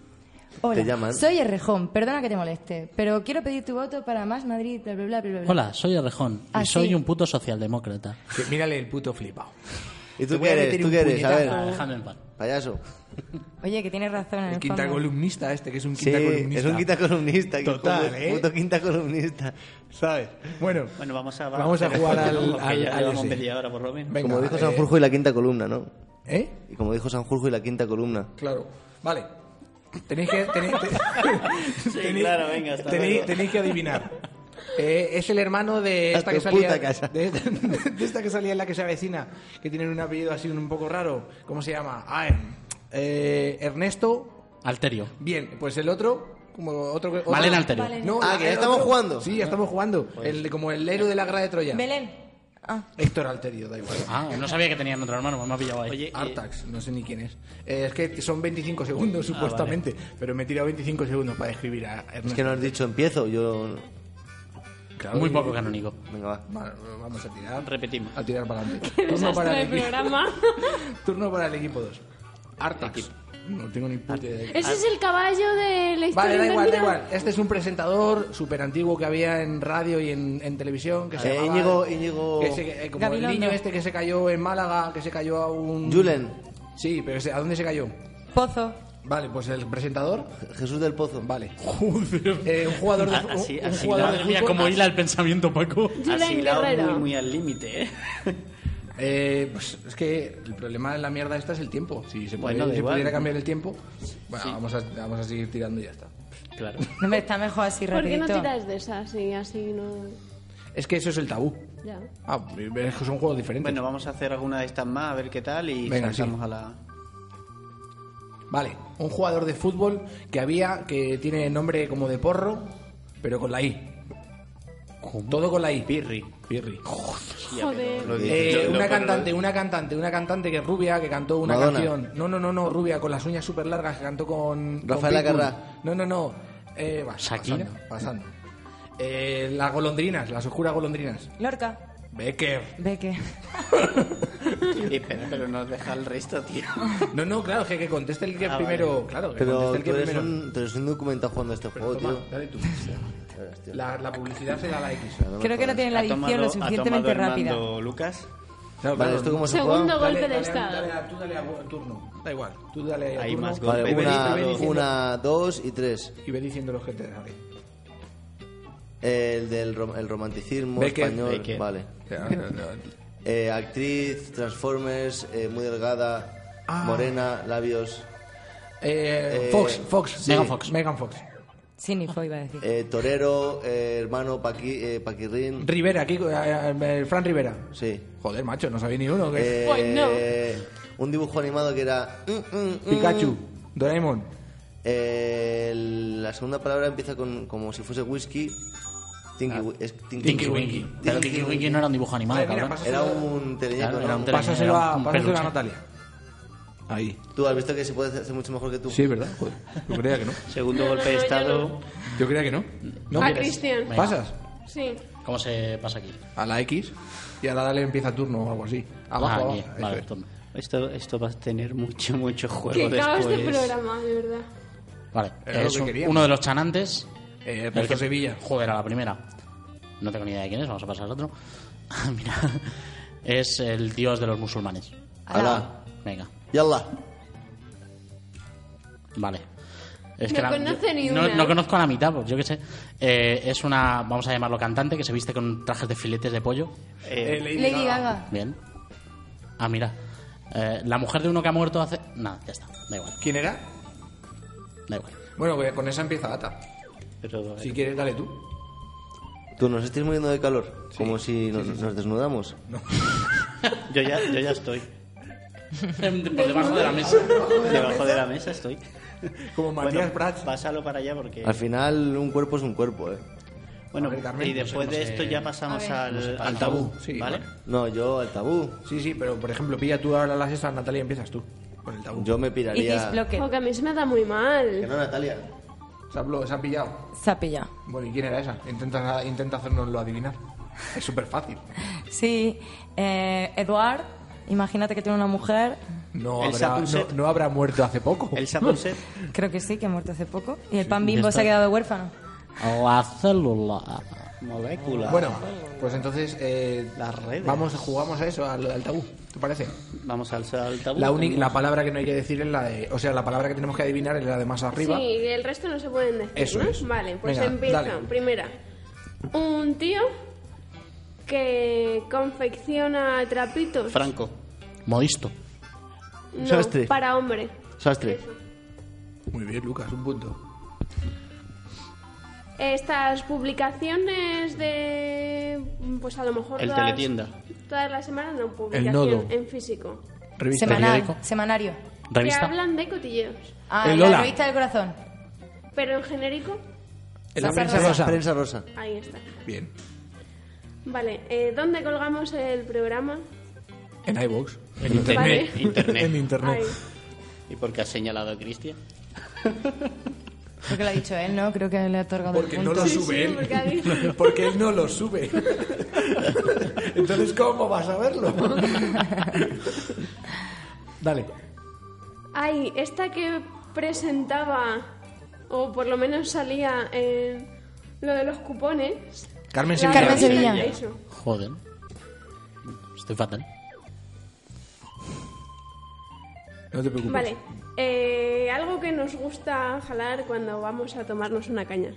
Speaker 6: Hola,
Speaker 4: Te llaman.
Speaker 6: soy Errejón, perdona que te moleste, pero quiero pedir tu voto para Más Madrid, bla, bla, bla, bla, bla.
Speaker 5: Hola, soy Arrejón
Speaker 6: Ah,
Speaker 5: y soy
Speaker 6: sí.
Speaker 5: un puto socialdemócrata.
Speaker 1: Que mírale el puto flipado.
Speaker 4: ¿Y
Speaker 1: Te
Speaker 4: tú
Speaker 1: voy
Speaker 4: qué
Speaker 1: a
Speaker 4: eres?
Speaker 1: meter
Speaker 4: ¿Tú
Speaker 1: un
Speaker 4: qué eres? A
Speaker 1: puñetazo.
Speaker 5: Ah,
Speaker 4: ver,
Speaker 5: Déjame en paz.
Speaker 4: payaso.
Speaker 6: Oye, que tienes razón en
Speaker 1: El
Speaker 6: el
Speaker 1: quinta
Speaker 6: fondo.
Speaker 1: columnista este, que es un
Speaker 4: Sí,
Speaker 1: quinta columnista.
Speaker 4: es un quinta columnista. que
Speaker 1: Total,
Speaker 4: joder,
Speaker 1: ¿eh?
Speaker 4: Puto quinta columnista.
Speaker 1: ¿Sabes? Bueno,
Speaker 2: Bueno, vamos a,
Speaker 1: Vamos a jugar al-
Speaker 2: Porque
Speaker 1: al-
Speaker 2: ya
Speaker 1: al
Speaker 2: llevamos
Speaker 1: ese.
Speaker 2: media hora por lo menos.
Speaker 1: Venga,
Speaker 4: como dijo
Speaker 1: eh,
Speaker 4: Sanjurjo y la quinta columna, ¿no?
Speaker 1: ¿Eh?
Speaker 4: Y como dijo Sanjurjo y la quinta columna.
Speaker 1: Claro. Vale. Tenéis que... Tenéis, te-
Speaker 2: Sí, claro, venga, hasta
Speaker 1: tenéis,
Speaker 2: luego.
Speaker 1: tenéis que adivinar. Eh, es el hermano de
Speaker 4: A
Speaker 1: esta
Speaker 4: tu
Speaker 1: que salía.
Speaker 4: puta casa.
Speaker 1: De, de esta que salía en la que se avecina, que tiene un apellido así un poco raro. ¿Cómo se llama? Ah, em, eh, Ernesto.
Speaker 5: Alterio.
Speaker 1: Bien, pues el otro. Como otro, que- otro-
Speaker 5: Valen Alterio.
Speaker 6: Valen.
Speaker 1: No,
Speaker 4: Ah,
Speaker 1: la-
Speaker 4: que ya
Speaker 1: el
Speaker 4: estamos jugando. Pues-
Speaker 1: Sí, ya estamos jugando. El, como el héroe de la guerra de Troya.
Speaker 6: Belén. Ah,
Speaker 1: Héctor Alterio, da igual.
Speaker 5: Ah, no sabía que tenían otro hermano, me ha pillado ahí.
Speaker 2: Oye, eh,
Speaker 1: Artax, no sé ni quién es. Eh, es que son 25
Speaker 2: Ah,
Speaker 1: segundos, supuestamente. Pero me he tirado 25 segundos para describir a Ernesto.
Speaker 4: Es que no has dicho empiezo, yo...
Speaker 1: Claro,
Speaker 5: muy
Speaker 1: y-
Speaker 5: poco canónico.
Speaker 4: Venga, va.
Speaker 1: Va- Vamos a tirar.
Speaker 2: Repetimos.
Speaker 1: A tirar para adelante. Turno para,
Speaker 3: Desastre
Speaker 1: el
Speaker 3: de
Speaker 1: equipo,
Speaker 3: programa.
Speaker 1: turno para el equipo 2. Artax. No tengo ni puta idea. de qué-
Speaker 3: Ese es el caballo de la historia.
Speaker 1: Vale, da igual, da
Speaker 3: invertida.
Speaker 1: igual. Este es un presentador súper antiguo que había en radio y en, en televisión. Que se
Speaker 4: Eh,
Speaker 1: llamaba-
Speaker 4: Íñigo- Íñigo-
Speaker 1: que se- eh, como
Speaker 6: Gabilondo.
Speaker 1: el niño este que se cayó en Málaga, que se cayó a un...
Speaker 4: Julen,
Speaker 1: Sí, pero ese- ¿a dónde se cayó?
Speaker 6: Pozo.
Speaker 1: Vale, pues el presentador...
Speaker 4: Jesús del Pozo.
Speaker 1: Vale. Eh, un jugador de,
Speaker 2: Ah,
Speaker 1: un-
Speaker 2: así-
Speaker 1: un
Speaker 2: así,
Speaker 1: jugador de
Speaker 5: Madre mía,
Speaker 1: fútbol-
Speaker 5: cómo hila el pensamiento, Paco.
Speaker 3: Julen
Speaker 2: Así la
Speaker 3: Guerrero.
Speaker 2: muy, muy al límite, ¿eh?
Speaker 1: Eh, pues es que el problema de la mierda esta es el tiempo. Si se, puede-
Speaker 2: Bueno, da
Speaker 1: si
Speaker 2: igual.
Speaker 1: pudiera cambiar el tiempo, bueno, vamos, a, vamos a seguir tirando y ya está.
Speaker 2: Claro.
Speaker 6: No me está mejor así
Speaker 3: ¿Por qué
Speaker 6: rapidito.
Speaker 3: no tiras de esa? Sí, así no.
Speaker 1: Es que eso es el tabú.
Speaker 3: Ya.
Speaker 1: Ah, es que son juegos diferentes.
Speaker 2: Bueno, vamos a hacer alguna de estas más, a ver qué tal y
Speaker 1: Venga,
Speaker 2: saltamos
Speaker 1: sí.
Speaker 2: a la...
Speaker 1: Vale, un jugador de fútbol que había que tiene nombre como de porro, pero con la I. Todo con la I.
Speaker 2: Pirri.
Speaker 1: Pirri.
Speaker 3: Joder.
Speaker 4: Lo
Speaker 1: Eh,
Speaker 4: dije.
Speaker 1: una cantante, una cantante, una cantante que es rubia, que cantó una
Speaker 4: Madonna.
Speaker 1: canción. No, no, no, no, rubia, con las uñas súper largas, que cantó con.
Speaker 4: Rafaela
Speaker 1: con Pitbull.
Speaker 4: Carrà.
Speaker 1: No, no, no. Eh, va,
Speaker 5: Shakira.
Speaker 1: Pasando. pasando. Eh, las golondrinas, las oscuras golondrinas.
Speaker 6: Lorca.
Speaker 1: Becker.
Speaker 6: Ve que.
Speaker 2: Y espera, pero nos deja el resto, tío.
Speaker 1: No, no, claro, que, que conteste el que
Speaker 2: Ah,
Speaker 1: primero. Claro, que
Speaker 4: Pero
Speaker 1: conteste el que
Speaker 4: tú eres,
Speaker 1: primero.
Speaker 4: un, tú eres un documentado jugando a este
Speaker 1: Pero
Speaker 4: juego,
Speaker 1: toma,
Speaker 4: tío.
Speaker 1: dale tú.
Speaker 4: Verás, tío.
Speaker 1: La, la publicidad se da la X.
Speaker 4: No me
Speaker 6: Creo que no
Speaker 4: jodas.
Speaker 6: tiene la
Speaker 2: Ha tomado-
Speaker 6: dicción lo suficientemente
Speaker 2: ha tomado
Speaker 6: rápida.
Speaker 2: Armando Lucas.
Speaker 1: Claro,
Speaker 4: Vale,
Speaker 1: claro.
Speaker 4: ¿esto cómo se
Speaker 3: Segundo
Speaker 4: juega?
Speaker 1: Dale,
Speaker 3: golpe de
Speaker 1: dale a- dale
Speaker 3: estado.
Speaker 1: a- tú dale a gu- turno. Da igual. Tú dale a
Speaker 2: Hay
Speaker 1: turno
Speaker 2: más
Speaker 4: Vale,
Speaker 2: golpes.
Speaker 4: una,
Speaker 2: Ve diciendo-
Speaker 4: una, dos y tres.
Speaker 1: y ve diciendo los que te sale.
Speaker 4: El del rom- el romanticismo
Speaker 1: Becker.
Speaker 4: español.
Speaker 2: Becker.
Speaker 4: Vale.
Speaker 1: Ya, ya, ya.
Speaker 4: Eh, actriz, Transformers, eh, muy delgada,
Speaker 5: Ah.
Speaker 4: morena, labios,
Speaker 1: Eh,
Speaker 4: Eh,
Speaker 1: Fox, Fox.
Speaker 4: sí.
Speaker 5: Megan Fox.
Speaker 1: Megan Fox.
Speaker 6: Sí, ni fue, iba a decir.
Speaker 4: eh, torero, eh, hermano Paqui, eh, Paquirrín.
Speaker 1: Rivera, aquí, eh, eh, Fran Rivera.
Speaker 4: Sí.
Speaker 1: Joder, macho, no sabía ni uno. que
Speaker 4: Eh,
Speaker 3: Ay, no.
Speaker 4: Un dibujo animado que era. mm, mm, mm.
Speaker 1: Pikachu, Doraemon.
Speaker 4: Eh, la segunda palabra empieza con como si fuese whisky. Tinky, Wi- es Tinky
Speaker 5: Ah. Tinky
Speaker 4: Winky.
Speaker 5: Winky. Claro, Tinky Winky no era un dibujo animado,
Speaker 1: Vale, mira,
Speaker 5: cabrón.
Speaker 1: pasa-
Speaker 4: Era un teleñeco,
Speaker 5: Claro,
Speaker 4: ¿no?
Speaker 5: era un tele-
Speaker 1: Pásaselo
Speaker 5: era
Speaker 1: a,
Speaker 5: un
Speaker 1: pásaselo a
Speaker 5: peluche.
Speaker 1: Natalia. Ahí.
Speaker 4: Tú has visto que se puede hacer mucho mejor que tú.
Speaker 1: Sí, ¿verdad? Joder, yo creía que no.
Speaker 2: Segundo
Speaker 3: No, no,
Speaker 2: golpe de
Speaker 3: no, ya
Speaker 2: estado.
Speaker 1: Yo creía que no. no
Speaker 3: a
Speaker 1: pero-
Speaker 3: Cristian.
Speaker 1: Pasas
Speaker 3: Sí.
Speaker 5: ¿Cómo se pasa aquí?
Speaker 1: a la X y ahora dale empieza turno o algo así.
Speaker 5: Ah,
Speaker 1: Abajo,
Speaker 5: aquí.
Speaker 1: abajo.
Speaker 5: Vale,
Speaker 1: Eso es.
Speaker 5: toma.
Speaker 2: Esto, esto va a tener mucho, mucho
Speaker 3: Que
Speaker 2: juego
Speaker 3: acaba
Speaker 2: Pues después.
Speaker 3: este programa, de verdad.
Speaker 5: Vale.
Speaker 1: Era lo
Speaker 5: Es
Speaker 1: que
Speaker 5: un-
Speaker 1: queríamos.
Speaker 5: uno de los chanantes.
Speaker 1: Eh, Ernesto Sevilla.
Speaker 5: Joder, a la primera. No tengo ni idea de quién es, vamos a pasar al otro. Ah, Mira, es el dios de los musulmanes.
Speaker 4: Alá.
Speaker 5: Venga,
Speaker 4: Yalla.
Speaker 5: vale. Es
Speaker 3: No conoce ni
Speaker 5: no,
Speaker 3: una.
Speaker 5: no conozco a la mitad, pues yo qué sé. Eh, es una, vamos a llamarlo cantante, que se viste con trajes de filetes de pollo.
Speaker 2: Eh,
Speaker 1: Eh,
Speaker 6: Lady Gaga.
Speaker 5: Bien. Ah, mira. Eh, la mujer de uno que ha muerto hace... Nada, ya está. Da igual,
Speaker 1: ¿Quién era?
Speaker 5: da igual.
Speaker 1: Bueno, pues con esa empieza Ata.
Speaker 2: pero,
Speaker 1: Si quieres, dale tú.
Speaker 4: Tú nos estés muriendo de calor, como si nos, nos desnudamos.
Speaker 1: Eh.
Speaker 2: Yo, ya, yo ya estoy.
Speaker 5: Por debajo de la mesa.
Speaker 2: Debajo de la mesa estoy.
Speaker 1: Como Matías
Speaker 2: Bueno,
Speaker 1: Prats.
Speaker 2: pásalo para allá porque...
Speaker 4: Al final, un cuerpo es un cuerpo, ¿eh?
Speaker 2: Bueno,
Speaker 1: A ver, Carmen,
Speaker 2: y
Speaker 1: no sé
Speaker 2: después
Speaker 5: cómo
Speaker 2: de
Speaker 5: se-
Speaker 2: esto ya pasamos al, al
Speaker 1: tabú.
Speaker 2: tabú,
Speaker 1: Sí,
Speaker 2: ¿vale?
Speaker 1: vale.
Speaker 4: No, yo al tabú.
Speaker 1: Sí, sí, pero por ejemplo, pilla tú ahora las estas, Natalia, empiezas tú. Con el tabú.
Speaker 4: Yo me
Speaker 6: Y Kiss
Speaker 4: piraría.
Speaker 6: Blocket.
Speaker 3: Porque a mí se me da muy
Speaker 4: Que
Speaker 3: mal.
Speaker 4: no, Natalia.
Speaker 1: Se ha, blo- se ha pillado.
Speaker 6: Sape ya.
Speaker 1: Bueno, ¿y quién era esa? Intenta, intenta hacérnoslo adivinar. Es súper fácil.
Speaker 6: Sí, eh, Eduard, imagínate que tiene una mujer.
Speaker 1: No
Speaker 2: El
Speaker 1: habrá, no,
Speaker 2: Sapunset.
Speaker 1: no habrá muerto hace poco.
Speaker 2: El Sapunset.
Speaker 6: Creo que sí, que ha muerto hace poco. Y el pan
Speaker 5: ya
Speaker 6: bimbo se
Speaker 5: está.
Speaker 6: ha quedado huérfano.
Speaker 5: La célula.
Speaker 2: Molécula.
Speaker 1: Bueno, pues entonces eh,
Speaker 2: Las redes.
Speaker 1: vamos, jugamos a eso, al, al tabú. ¿Te parece?
Speaker 2: Vamos al, al tabú.
Speaker 1: La, única- la palabra que no hay que decir es la de... O sea, la palabra que tenemos que adivinar es la de más arriba.
Speaker 3: Sí, el resto no se pueden decir,
Speaker 1: Eso
Speaker 3: ¿no?
Speaker 1: es.
Speaker 3: Vale, pues
Speaker 1: Venga,
Speaker 3: empieza.
Speaker 1: dale.
Speaker 3: Primera, un tío que confecciona trapitos.
Speaker 2: Franco.
Speaker 5: Modisto.
Speaker 3: No,
Speaker 4: Sastre.
Speaker 3: para hombre.
Speaker 4: Sastre.
Speaker 1: Muy bien, Lucas, un punto.
Speaker 3: Estas publicaciones de. Pues a lo mejor.
Speaker 2: El
Speaker 3: todas-
Speaker 2: teletienda.
Speaker 3: Todas las semanas no, publicación
Speaker 1: nodo.
Speaker 3: en físico.
Speaker 1: Revista
Speaker 6: Semanal,
Speaker 1: periódico.
Speaker 6: semanario.
Speaker 3: Que
Speaker 5: ¿Revista?
Speaker 3: hablan de cotilleos.
Speaker 6: Ah,
Speaker 1: El
Speaker 6: la
Speaker 1: Lola.
Speaker 6: revista del corazón.
Speaker 3: Pero en genérico,
Speaker 1: En la
Speaker 6: Sasa
Speaker 1: prensa
Speaker 6: Rosa.
Speaker 1: rosa.
Speaker 4: Prensa rosa.
Speaker 3: ahí está.
Speaker 1: Bien.
Speaker 3: Vale, eh, ¿dónde colgamos el programa?
Speaker 1: En iVoox. En
Speaker 3: internet.
Speaker 1: internet.
Speaker 3: Vale.
Speaker 2: Internet.
Speaker 1: en internet.
Speaker 3: Ahí.
Speaker 2: ¿Y por qué has señalado a Cristian?
Speaker 6: Creo que lo ha dicho él, ¿no? Creo que le ha otorgado
Speaker 1: Porque
Speaker 6: el
Speaker 1: no
Speaker 6: punto.
Speaker 1: lo
Speaker 3: Sí, sí,
Speaker 1: sube
Speaker 3: porque
Speaker 1: él.
Speaker 3: ahí-
Speaker 1: Porque él no lo sube. Entonces, ¿cómo vas a verlo? Dale.
Speaker 3: Ay, esta que presentaba, o por lo menos salía en lo de los cupones.
Speaker 1: Carmen
Speaker 3: La
Speaker 1: Sevilla.
Speaker 6: Carmen Sevilla.
Speaker 3: Eso.
Speaker 5: Joder. Estoy fatal.
Speaker 1: No te preocupes.
Speaker 3: Vale, eh, algo que nos gusta jalar cuando vamos a tomarnos una caña.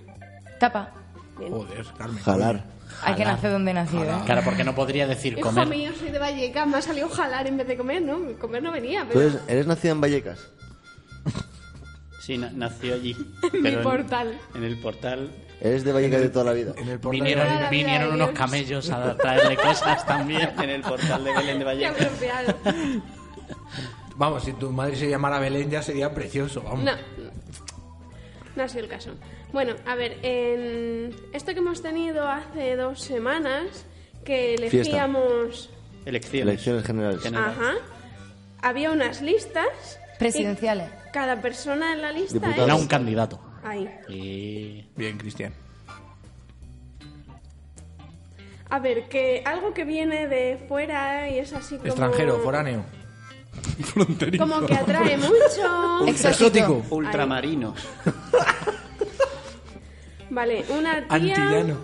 Speaker 6: Tapa.
Speaker 3: Bien.
Speaker 1: Joder, Carmen.
Speaker 4: Jalar.
Speaker 6: Hay que nacer donde nacido. ¿eh?
Speaker 5: Claro, porque no podría decir
Speaker 3: Hijo
Speaker 5: comer.
Speaker 3: mío, soy de Vallecas, me ha salido jalar en vez de comer, ¿no? Comer no venía,
Speaker 4: ¿Tú
Speaker 3: pero
Speaker 4: eres, eres nacida en Vallecas?
Speaker 2: Sí, na- nació allí.
Speaker 3: mi
Speaker 2: pero en-
Speaker 3: portal.
Speaker 2: En el portal.
Speaker 4: ¿Eres de Vallecas de toda la vida?
Speaker 1: En el portal de
Speaker 3: Toda
Speaker 5: Vinieron,
Speaker 3: la vida
Speaker 5: vinieron
Speaker 3: de
Speaker 5: unos
Speaker 3: Dios.
Speaker 5: camellos a traerle cosas también.
Speaker 2: En el portal de Belén de
Speaker 3: qué
Speaker 2: Vallecas.
Speaker 3: apropiado.
Speaker 1: Vamos, si tu madre se llamara Belén ya sería precioso, vamos.
Speaker 3: No, no ha sido el caso. Bueno, a ver, en esto que hemos tenido hace dos semanas, que
Speaker 4: Fiesta.
Speaker 3: elegíamos...
Speaker 2: Elecciones.
Speaker 4: Elecciones generales.
Speaker 2: General.
Speaker 3: Ajá. Había unas listas.
Speaker 6: Presidenciales.
Speaker 3: y Cada persona en la lista
Speaker 4: Diputados.
Speaker 5: Era
Speaker 3: es-
Speaker 5: un candidato.
Speaker 3: Ahí.
Speaker 5: Y...
Speaker 1: Bien, Cristian.
Speaker 3: A ver, que algo que viene de fuera y es así como...
Speaker 1: Extranjero, foráneo. Fronterizo.
Speaker 3: Como que atrae mucho.
Speaker 1: Exótico.
Speaker 2: Ultramarinos.
Speaker 3: Vale, una tía...
Speaker 1: Antillano.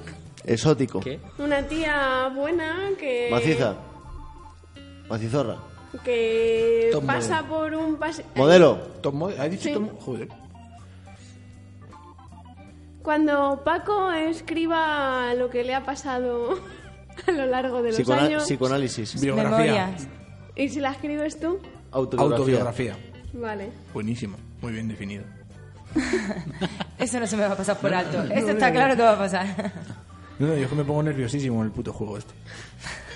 Speaker 4: Exótico.
Speaker 2: ¿Qué?
Speaker 3: Una tía buena que...
Speaker 4: Maciza. Macizorra.
Speaker 3: Que
Speaker 1: Top
Speaker 3: pasa por un pase...
Speaker 4: Modelo.
Speaker 1: Tom Mo- ¿Ha dicho
Speaker 3: Sí.
Speaker 1: Tom Mo- Joder.
Speaker 3: Cuando Paco escriba lo que le ha pasado a lo largo de los
Speaker 4: Psicona-
Speaker 3: años...
Speaker 4: psicoanálisis.
Speaker 1: Biografía.
Speaker 6: Memorias.
Speaker 3: ¿Y si la escribes tú?
Speaker 4: Autobiografía.
Speaker 1: Autobiografía.
Speaker 3: Vale.
Speaker 1: Buenísimo. Muy bien definido.
Speaker 6: Eso no se me va a pasar por alto. Esto está claro que va a pasar.
Speaker 1: No, no, yo es que me pongo nerviosísimo en el puto juego este.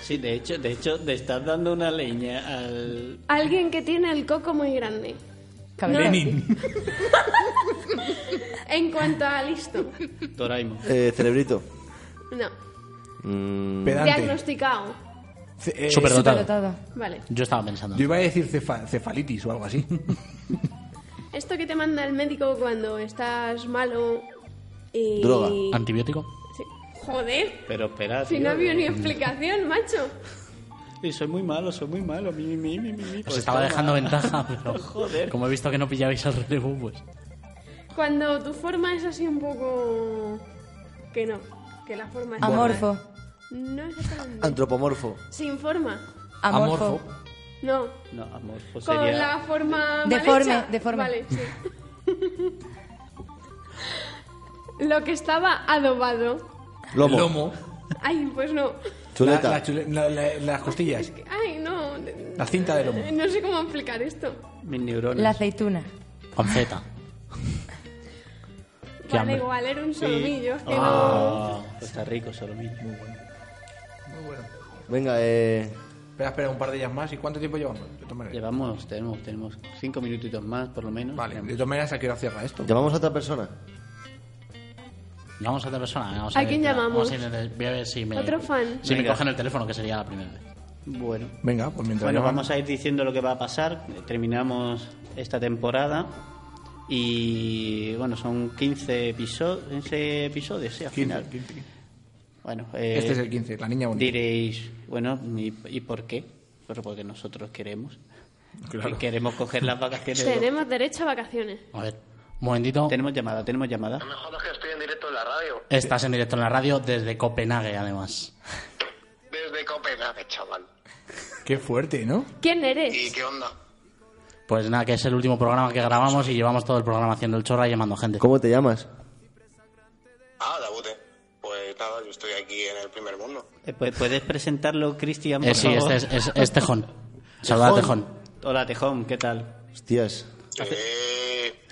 Speaker 2: Sí, de hecho, de hecho, te estás dando una leña al.
Speaker 3: Alguien que tiene el coco muy grande.
Speaker 6: Cabrón.
Speaker 1: Lenin.
Speaker 3: En cuanto a listo.
Speaker 2: Doraemon.
Speaker 4: Eh, cerebrito.
Speaker 3: No.
Speaker 4: Mm,
Speaker 1: Pedante.
Speaker 3: Diagnosticado.
Speaker 1: Ce- eh,
Speaker 5: Superdotado.
Speaker 6: Explotado.
Speaker 3: Vale.
Speaker 5: Yo estaba pensando.
Speaker 1: Yo iba a decir cefa- cefalitis o algo así.
Speaker 3: Esto que te manda el médico cuando estás malo y...
Speaker 4: Droga.
Speaker 5: ¿Antibiótico?
Speaker 3: Sí. Joder.
Speaker 2: Pero espera.
Speaker 3: Si
Speaker 2: tío,
Speaker 3: no había ni explicación, macho.
Speaker 2: Sí, soy muy malo, soy muy malo. Mi, mi, mi, Pues mi, mi.
Speaker 3: Pues
Speaker 5: Os estaba dejando ventaja, pero
Speaker 2: Joder.
Speaker 5: como he visto que no pillabais al relevo, pues...
Speaker 3: Cuando tu forma es así un poco... Que no. Que la forma es...
Speaker 6: Amorfo.
Speaker 3: No exactamente.
Speaker 4: antropomorfo.
Speaker 3: Sin forma.
Speaker 6: Amorfo.
Speaker 3: No.
Speaker 2: No, amor, pues
Speaker 3: Con
Speaker 2: sería.
Speaker 3: la forma... mal
Speaker 6: Deforme,
Speaker 3: hecha.
Speaker 6: deforme.
Speaker 3: Vale, sí. Lo que estaba adobado.
Speaker 4: Lomo.
Speaker 1: Lomo.
Speaker 3: Ay, pues no.
Speaker 4: Chuleta.
Speaker 1: La- la chule- la- la- las costillas.
Speaker 3: Ay, no.
Speaker 1: La cinta de lomo.
Speaker 3: No sé cómo explicar esto.
Speaker 2: Mis neuronas.
Speaker 6: La aceituna.
Speaker 5: Panceta. Qué
Speaker 3: Vale,
Speaker 5: hambre.
Speaker 3: igual era un solomillo. es Que
Speaker 2: Ah, pues está rico, solo mismo.
Speaker 1: Muy bueno.
Speaker 4: Venga, eh,
Speaker 1: Espera, espera, un par de ellas más. ¿Y cuánto tiempo llevamos? De todas maneras.
Speaker 2: Llevamos, tenemos, tenemos cinco minutitos más, por lo menos.
Speaker 1: Vale, de
Speaker 2: Tenemos.
Speaker 1: todas maneras, ¿a qué hora cierra esto?
Speaker 4: llamamos a otra persona.
Speaker 5: Llamamos a otra persona. Vamos
Speaker 3: ¿A quién
Speaker 5: ver-
Speaker 3: llamamos?
Speaker 5: vamos a ir- voy a ver si me...
Speaker 3: Otro fan.
Speaker 5: Si me
Speaker 2: Venga.
Speaker 5: cogen el teléfono, que sería la primera vez.
Speaker 2: Bueno.
Speaker 1: Venga, pues mientras.
Speaker 2: Bueno,
Speaker 1: llaman-
Speaker 2: vamos a ir diciendo lo que va a pasar. Terminamos esta temporada. Y bueno, son 15 episodios. 15 episodios, sí, al
Speaker 1: 15,
Speaker 2: final.
Speaker 1: 15.
Speaker 2: Bueno, eh,
Speaker 1: Este es el 15, la niña bonita.
Speaker 2: Diréis, bueno, ¿y, y por qué? Pero porque nosotros queremos.
Speaker 1: Claro.
Speaker 2: Queremos coger las vacaciones.
Speaker 3: Tenemos derecho a vacaciones.
Speaker 5: A ver, un momentito.
Speaker 2: Tenemos llamada, tenemos llamada.
Speaker 8: jodas que estoy en directo en la radio.
Speaker 5: Estás en directo en la radio desde Copenhague, además.
Speaker 8: Desde Copenhague, chaval.
Speaker 1: Qué fuerte, ¿no?
Speaker 3: ¿Quién eres?
Speaker 8: qué onda?
Speaker 5: Pues nada, que es el último programa que grabamos y llevamos todo el programa haciendo el chorra y llamando gente.
Speaker 4: ¿Cómo te llamas?
Speaker 8: Ah, Dabute. Pues nada, yo estoy aquí en el primer mundo.
Speaker 2: Eh, pues, ¿Puedes presentarlo, Cristian, por
Speaker 5: Eh, sí,
Speaker 2: favor?
Speaker 5: este es, es- es Tejón. Saludad a Tejón.
Speaker 2: Hola, Tejón, ¿qué tal?
Speaker 4: Hostias.
Speaker 8: Eh...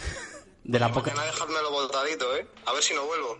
Speaker 5: De la poca...
Speaker 8: Mañana dejármelo voltadito, ¿eh? A ver si no vuelvo.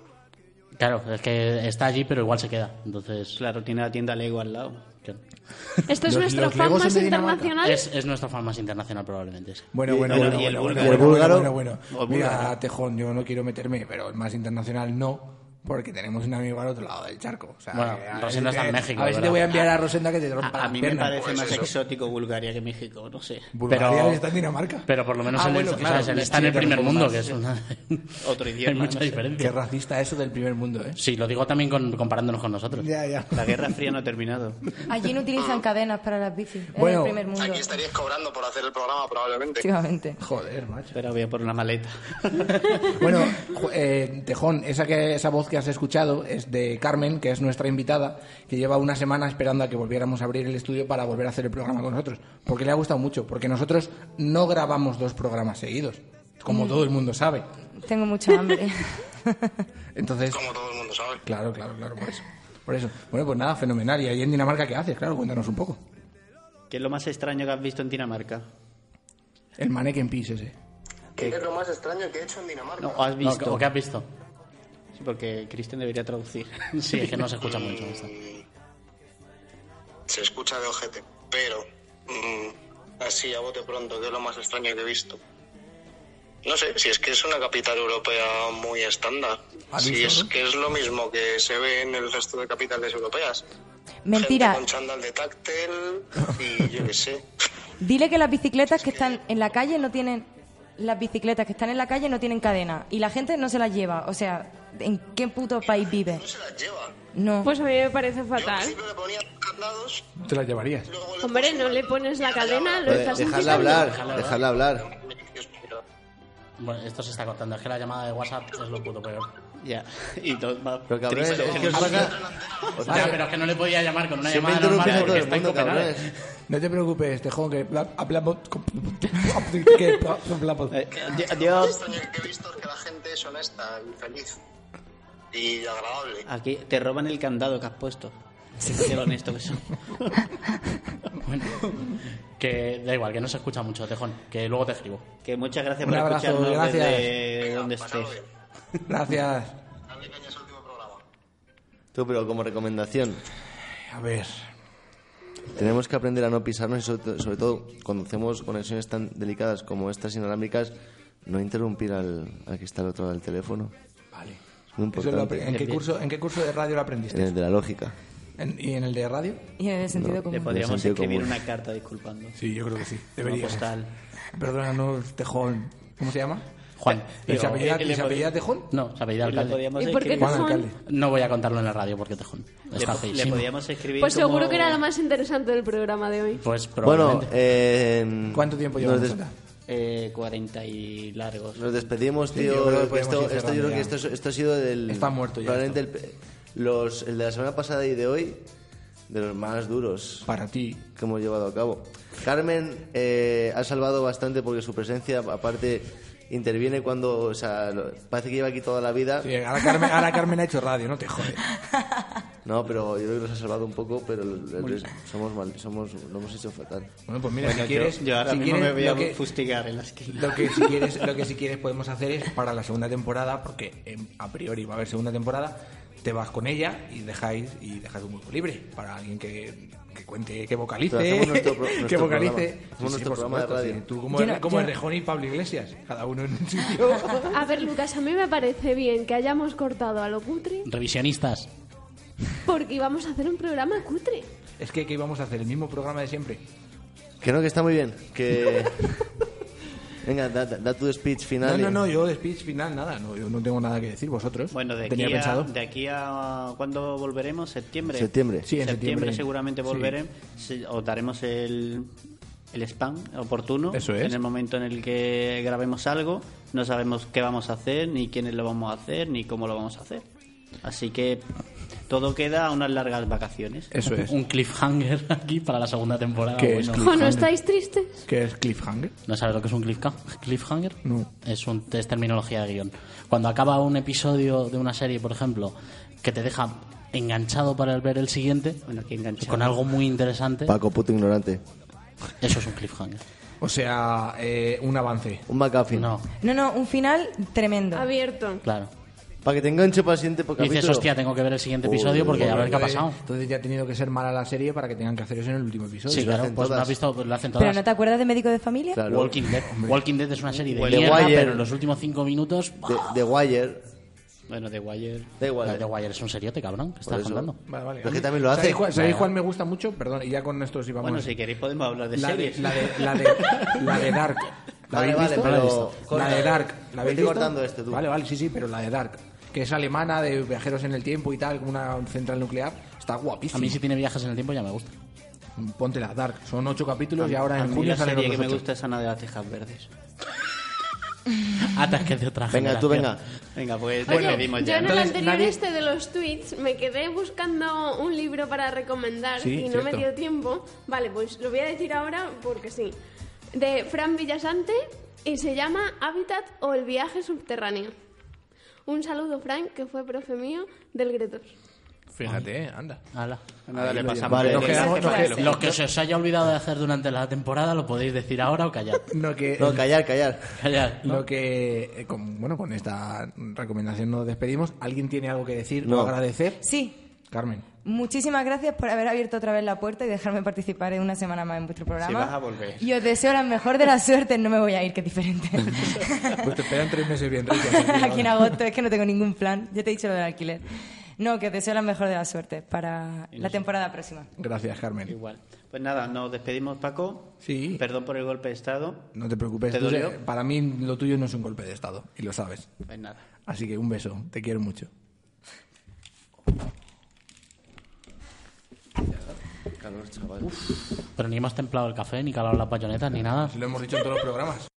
Speaker 5: Claro, es que está allí, pero igual se queda. Entonces,
Speaker 2: Claro, tiene la tienda Lego al lado.
Speaker 5: claro.
Speaker 3: Esto es
Speaker 1: Los-
Speaker 3: nuestro
Speaker 1: los legos
Speaker 3: fan más
Speaker 1: son de Dinamarca.
Speaker 3: internacional.
Speaker 5: es, es nuestra fan más internacional probablemente. sí.
Speaker 1: Bueno,
Speaker 4: Y-
Speaker 1: bueno,
Speaker 4: y el-
Speaker 1: bueno,
Speaker 4: y el
Speaker 1: bueno,
Speaker 4: búlgaro.
Speaker 1: bueno,
Speaker 4: ¿El búlgaro?
Speaker 1: bueno, bueno, bueno.
Speaker 2: O el
Speaker 1: Mira,
Speaker 2: búlgaro.
Speaker 1: Tejón, yo no quiero meterme, pero el más internacional no, porque tenemos un amigo al otro lado del charco. O sea,
Speaker 5: Bueno,
Speaker 1: que a ver
Speaker 5: Rosenda
Speaker 1: si
Speaker 5: está en
Speaker 1: te-
Speaker 5: México,
Speaker 1: A ver si te
Speaker 5: ¿verdad?
Speaker 1: voy a enviar a Rosenda que te rompa
Speaker 2: A, a
Speaker 1: las
Speaker 2: mí me
Speaker 1: piernas.
Speaker 2: parece
Speaker 1: Pues
Speaker 2: más
Speaker 1: eso.
Speaker 2: exótico Bulgaria que México, no sé.
Speaker 1: Bulgaria
Speaker 5: pero-
Speaker 1: está en Dinamarca.
Speaker 5: Pero por lo menos
Speaker 1: Ah,
Speaker 5: en el-
Speaker 1: bueno,
Speaker 5: o sea,
Speaker 1: claro,
Speaker 5: es el-
Speaker 1: sí,
Speaker 5: está en el
Speaker 1: pero
Speaker 5: primer
Speaker 1: un poco
Speaker 5: mundo,
Speaker 1: más,
Speaker 5: que es
Speaker 1: sí.
Speaker 5: una...
Speaker 2: Otro idioma,
Speaker 5: Hay mucha
Speaker 2: no sé.
Speaker 1: Qué
Speaker 5: diferencia.
Speaker 1: racista eso del primer mundo, ¿eh?
Speaker 5: Sí, lo digo también con- comparándonos con nosotros.
Speaker 1: Ya, ya.
Speaker 2: La Guerra Fría no ha terminado.
Speaker 6: Allí no utilizan cadenas para las bicis. Es
Speaker 1: Bueno,
Speaker 6: el primer mundo.
Speaker 9: Aquí estaríais cobrando por hacer el programa probablemente.
Speaker 6: Efectivamente.
Speaker 1: Joder, macho.
Speaker 2: Espera, voy a por una maleta.
Speaker 1: Bueno, ju- eh, Tejón, esa, que, esa voz que has escuchado es de Carmen, que es nuestra invitada, que lleva una semana esperando a que volviéramos a abrir el estudio para volver a hacer el programa con nosotros. Porque le ha gustado mucho, porque nosotros no grabamos dos programas seguidos, como todo el mundo sabe.
Speaker 6: Tengo mucha hambre.
Speaker 1: Entonces,
Speaker 9: Como todo el mundo sabe.
Speaker 1: claro, claro, claro, por eso. Por eso. Bueno, pues nada, fenomenal. ¿Y ahí en Dinamarca qué haces? Claro, cuéntanos un poco.
Speaker 2: ¿Qué es lo más extraño que has visto en Dinamarca?
Speaker 1: El Mannequin Peace ese.
Speaker 9: ¿Qué es lo más extraño que he hecho en Dinamarca?
Speaker 2: No, ¿o has
Speaker 5: No,
Speaker 2: visto.
Speaker 5: ¿O qué has visto?
Speaker 2: Sí, porque Cristian debería traducir.
Speaker 5: Sí, es que no se escucha mucho.
Speaker 9: Se escucha de ojete, pero mm, así a bote pronto, que es lo más extraño que he visto. No sé, si es que es una capital europea muy estándar.
Speaker 1: ¿Has
Speaker 9: Si
Speaker 1: visto,
Speaker 9: es
Speaker 1: no?
Speaker 9: que es lo mismo que se ve en el resto de capitales europeas.
Speaker 6: Mentira.
Speaker 9: Gente con chándal de táctil y yo qué sé.
Speaker 6: Dile que las bicicletas que están en la calle no tienen. Las bicicletas que están en la calle no tienen cadena. Y la gente no se las lleva. O sea, ¿en qué puto país vive?
Speaker 9: No se las lleva.
Speaker 6: No.
Speaker 3: Pues a mí me parece
Speaker 9: Yo al
Speaker 6: ¿Ah?
Speaker 3: fatal.
Speaker 9: principio le ponía candados,
Speaker 1: Te la llevarías.
Speaker 9: luego le
Speaker 3: Hombre,
Speaker 9: puse
Speaker 3: no le
Speaker 9: una-
Speaker 3: pones la cadena, lo
Speaker 4: Joder, Pues
Speaker 3: estás
Speaker 4: dejadla
Speaker 3: incitando.
Speaker 4: hablar, dejadla hablar.
Speaker 5: Bueno, esto se está contando. Es que la llamada de WhatsApp es lo puto peor.
Speaker 2: Ya. Y todo va
Speaker 4: Pero cabrones,
Speaker 2: triste.
Speaker 4: es que os pasa... O sea,
Speaker 5: Ya, pero es que no le podía llamar con una
Speaker 4: siempre
Speaker 5: llamada normal
Speaker 4: interrumpís a todo
Speaker 5: porque
Speaker 4: el
Speaker 5: está en
Speaker 4: mundo,
Speaker 5: Copenhague.
Speaker 4: cabrones.
Speaker 1: No te preocupes, Tejón, que bla- hablamos... con- que hablamos.
Speaker 2: Eh, adi-
Speaker 9: Lo más
Speaker 2: adiós.
Speaker 9: extraño que he visto es que la gente es honesta y feliz y agradable.
Speaker 2: Aquí te roban el candado que has puesto. Qué honesto que son.
Speaker 5: Bueno, que da igual, que no se escucha mucho, Tejón. Que luego te escribo.
Speaker 2: Que muchas gracias
Speaker 1: Un
Speaker 2: por
Speaker 1: abrazo,
Speaker 2: escucharnos
Speaker 1: gracias.
Speaker 2: desde donde
Speaker 9: Pasarlo
Speaker 2: eh, estés.
Speaker 9: bien.
Speaker 1: Gracias.
Speaker 9: Dale caña a ese último programa.
Speaker 4: Tú, pero como recomendación,
Speaker 1: A ver...
Speaker 4: tenemos que aprender a no pisarnos y sobre, to- sobre todo cuando hacemos conexiones tan delicadas como estas inalámbricas, no interrumpir al, al que está al otro lado del teléfono.
Speaker 1: Vale.
Speaker 4: Es muy
Speaker 1: Eso lo apre- ¿en,
Speaker 4: importante.
Speaker 1: qué curso, ¿En qué curso de radio lo aprendiste?
Speaker 4: En el de la lógica.
Speaker 1: ¿En- ¿Y en el de radio?
Speaker 6: Y en el sentido
Speaker 2: Le
Speaker 6: común.
Speaker 2: podríamos
Speaker 4: sentido
Speaker 2: escribir
Speaker 4: común.
Speaker 2: una carta disculpando.
Speaker 1: Sí, yo creo que sí.
Speaker 2: Una
Speaker 1: Debería.
Speaker 2: postal.
Speaker 1: Perdónanos, Tejón. ¿Cómo se llama?
Speaker 5: Juan.
Speaker 1: ¿Y
Speaker 5: Pero-
Speaker 1: se apellida,
Speaker 2: eh, le
Speaker 1: y se
Speaker 2: pod-
Speaker 1: apellida Tejón?
Speaker 5: No, se apellida
Speaker 2: Y Pues Le
Speaker 5: alcalde.
Speaker 2: podíamos
Speaker 3: ¿Y por qué
Speaker 2: escribir,
Speaker 1: Juan
Speaker 3: Tejón?
Speaker 1: Alcalde.
Speaker 5: No voy a contarlo en la radio porque Tejón.
Speaker 2: le,
Speaker 5: Está
Speaker 2: po- le
Speaker 5: feísimo.
Speaker 2: podíamos escribir
Speaker 3: Pues
Speaker 2: como-
Speaker 3: seguro que era lo más interesante del programa de hoy.
Speaker 5: Pues
Speaker 4: Bueno,
Speaker 5: probablemente.
Speaker 4: eh,
Speaker 1: ¿Cuánto tiempo
Speaker 4: nos,
Speaker 1: llevamos?
Speaker 4: des-
Speaker 1: Sara?
Speaker 2: Eh, 40 y largos.
Speaker 4: nos despedimos,
Speaker 1: Sí,
Speaker 4: tío.
Speaker 1: yo creo que podemos
Speaker 4: esto,
Speaker 1: ir
Speaker 4: esto yo creo que
Speaker 1: cerrando
Speaker 4: esto, es- esto ha sido del...
Speaker 1: Está muerto ya
Speaker 4: Probablemente el, los, el de la semana pasada y de hoy, de los más duros.
Speaker 1: Para ti.
Speaker 4: que hemos llevado a cabo. Carmen eh, ha salvado bastante porque su presencia, aparte, interviene cuando, o sea, lo- parece que lleva aquí toda la vida.
Speaker 1: Sí, ahora, Carmen, ahora Carmen ha hecho radio, no te jode.
Speaker 4: No, pero yo creo que nos ha salvado un poco, pero el- el- somos mal, somos, lo hemos hecho fatal.
Speaker 1: Bueno, pues mira,
Speaker 2: Bueno,
Speaker 1: si
Speaker 2: yo-
Speaker 1: quieres...
Speaker 2: yo, ahora
Speaker 1: si
Speaker 2: mismo
Speaker 1: quieres,
Speaker 2: me voy a
Speaker 1: lo que-
Speaker 2: fustigar en la esquina.
Speaker 1: Lo que, si quieres, lo que si quieres podemos hacer es para la segunda temporada, porque em, a priori va a haber segunda temporada, te vas con ella y dejáis y dejas un grupo libre para alguien que, que cuente, que vocalice,
Speaker 4: Pero hacemos nuestro pro-
Speaker 1: que
Speaker 4: nuestro
Speaker 1: vocalice.
Speaker 4: programa. Hacemos
Speaker 1: Sí, sí,
Speaker 4: nuestro
Speaker 1: por
Speaker 4: programa de
Speaker 1: supuesto,
Speaker 4: radio.
Speaker 1: sí. Tú como,
Speaker 6: Yo no-
Speaker 1: como
Speaker 6: yo no-
Speaker 1: Errejón y Pablo Iglesias, cada uno en un sitio.
Speaker 3: A ver, Lucas, a mí me parece bien que hayamos cortado a lo cutre
Speaker 5: Revisionistas.
Speaker 3: porque íbamos a hacer un programa cutre.
Speaker 1: es que ¿qué íbamos a hacer? El mismo programa de siempre.
Speaker 4: Que no, que está muy bien. Que venga, da, da- da tu speech
Speaker 1: No,
Speaker 4: final.
Speaker 1: no,
Speaker 4: y-
Speaker 1: no, yo de speech final, nada, no, yo no tengo nada que decir, vosotros.
Speaker 2: Bueno, de
Speaker 1: Tenía
Speaker 2: aquí, a,
Speaker 1: pensado.
Speaker 2: de aquí a... ¿Cuándo volveremos? ¿Septiembre?
Speaker 4: Septiembre.
Speaker 1: Sí, en septiembre.
Speaker 2: seguramente
Speaker 1: Sí.
Speaker 2: volveremos. Sí, Os daremos el, el spam oportuno.
Speaker 1: Eso es.
Speaker 2: En el momento en el que grabemos algo, no sabemos qué vamos a hacer, ni quiénes lo vamos a hacer, ni cómo lo vamos a hacer. Así que todo queda a unas largas vacaciones.
Speaker 1: Eso es.
Speaker 5: Un cliffhanger aquí para la segunda temporada.
Speaker 1: ¿Qué es
Speaker 5: bueno.
Speaker 3: Jo, ¿no estáis tristes?
Speaker 1: ¿Qué es Cliffhanger?
Speaker 5: ¿No sabes lo que es un cliffha- cliffhanger?
Speaker 1: No.
Speaker 5: Es, un, es terminología de guión. Cuando acaba un episodio de una serie, por ejemplo, que te deja enganchado para ver el siguiente,
Speaker 2: Bueno, aquí enganchado.
Speaker 5: con algo muy interesante,
Speaker 4: Paco, puto ignorante.
Speaker 5: eso es un cliffhanger.
Speaker 1: O sea, eh, un avance.
Speaker 4: Un McAfee.
Speaker 5: No,
Speaker 6: No, no, un final tremendo.
Speaker 3: Abierto.
Speaker 5: claro.
Speaker 4: Para que te enganche para el siguiente po-
Speaker 5: Y
Speaker 4: capítulo.
Speaker 5: dices, hostia, tengo que ver el siguiente episodio
Speaker 4: Uy,
Speaker 5: porque a ver qué ha
Speaker 1: Entonces-
Speaker 5: pasado.
Speaker 1: Entonces ya ha tenido que ser mala la serie para que tengan que hacer eso en el último episodio.
Speaker 5: Sí, claro,
Speaker 4: hacen
Speaker 5: pues lo
Speaker 4: todas.
Speaker 5: has visto, pues lo hacen todas.
Speaker 6: ¿Pero no te acuerdas de Médico de Familia?
Speaker 4: Claro.
Speaker 5: Walking Dead. Walking Dead es una serie de
Speaker 4: The
Speaker 5: mierda,
Speaker 4: Wire.
Speaker 5: pero en los últimos cinco minutos...
Speaker 4: De, de Wire.
Speaker 5: Bueno, The Wire...
Speaker 4: Da igual.
Speaker 5: The Wire es un seriote, cabrón, que estás
Speaker 4: eso.
Speaker 5: contando.
Speaker 1: Vale, vale.
Speaker 4: Pero es que también lo
Speaker 1: ¿Sabéis
Speaker 4: hace.
Speaker 1: cuál, sabéis cuál me gusta mucho? Perdón, y ya con esto sí vamos.
Speaker 2: Bueno, si queréis podemos hablar de
Speaker 1: la, de,
Speaker 2: series.
Speaker 1: la, de, la, de, la de Dark. ¿La
Speaker 4: Vale,
Speaker 1: habéis
Speaker 4: vale,
Speaker 1: visto?
Speaker 4: pero-
Speaker 1: La habéis visto.
Speaker 4: corta.
Speaker 1: La de Dark. ¿La habéis
Speaker 4: Vete
Speaker 1: visto?
Speaker 4: cortando este, tú.
Speaker 1: Vale, vale, sí, sí, pero la de Dark. Que es alemana, de viajeros en el tiempo y tal, como una central nuclear. Está
Speaker 5: A
Speaker 1: guapísima.
Speaker 5: mí si tiene viajes en el tiempo ya me gusta.
Speaker 1: Ponte la Dark. Son ocho capítulos y
Speaker 2: A
Speaker 1: ahora en
Speaker 2: mí
Speaker 1: junio
Speaker 2: la
Speaker 1: salen
Speaker 2: serie que
Speaker 1: otros
Speaker 2: me
Speaker 1: ocho.
Speaker 2: gusta es Ana de las Tejas Verdes.
Speaker 5: Ataques de otra
Speaker 4: Venga, tú
Speaker 5: generación.
Speaker 4: venga.
Speaker 2: Venga, pues
Speaker 3: Oye,
Speaker 2: despedimos
Speaker 3: yo
Speaker 2: ya.
Speaker 3: en el
Speaker 1: Entonces,
Speaker 3: anterior
Speaker 1: nadie-
Speaker 3: este de los tweets me quedé buscando un libro para recomendar
Speaker 1: Sí,
Speaker 3: y no me
Speaker 1: cierto.
Speaker 3: dio tiempo. Vale, pues lo voy a decir ahora porque sí. De Fran Villasante y se llama Hábitat o el viaje subterráneo. Un saludo, Frank, que fue profe mío del Gretos.
Speaker 1: Fíjate, eh, anda.
Speaker 5: Hala.
Speaker 2: Nada, le pasamos.
Speaker 4: Vale,
Speaker 1: Nos
Speaker 4: venga.
Speaker 1: quedamos, nos quedamos.
Speaker 5: Lo que se os haya olvidado de hacer durante la temporada lo podéis decir ahora o callar.
Speaker 1: No, que-
Speaker 4: No, callar, callar.
Speaker 5: Callar. ¿no?
Speaker 1: Lo que, eh, con, bueno, con esta recomendación nos despedimos. ¿Alguien tiene algo que decir
Speaker 4: No.
Speaker 1: o agradecer?
Speaker 6: Sí.
Speaker 1: Carmen.
Speaker 6: Muchísimas gracias por haber abierto otra vez la puerta y dejarme participar en una semana más en vuestro programa.
Speaker 2: Si vas a volver.
Speaker 6: Y os deseo la mejor de las suertes. No me voy a ir, que es diferente.
Speaker 1: Pues te esperan tres meses bien ricos.
Speaker 6: Aquí en agosto es que no tengo ningún plan. Ya te he dicho lo del alquiler. No, que os deseo la mejor de las suertes para la temporada próxima.
Speaker 1: Gracias, Carmen.
Speaker 2: Igual. Pues nada, nos despedimos, Paco.
Speaker 1: Sí.
Speaker 2: Perdón por el golpe de estado.
Speaker 1: No te preocupes.
Speaker 2: ¿Te
Speaker 1: tú
Speaker 2: dolió?
Speaker 1: sé- Para mí lo tuyo no es un golpe de estado y lo sabes.
Speaker 2: Pues nada.
Speaker 1: Así que un beso. Te quiero mucho.
Speaker 5: Pero ni hemos templado el café, ni calado las bayonetas, ni nada.
Speaker 1: Lo hemos dicho en todos los programas.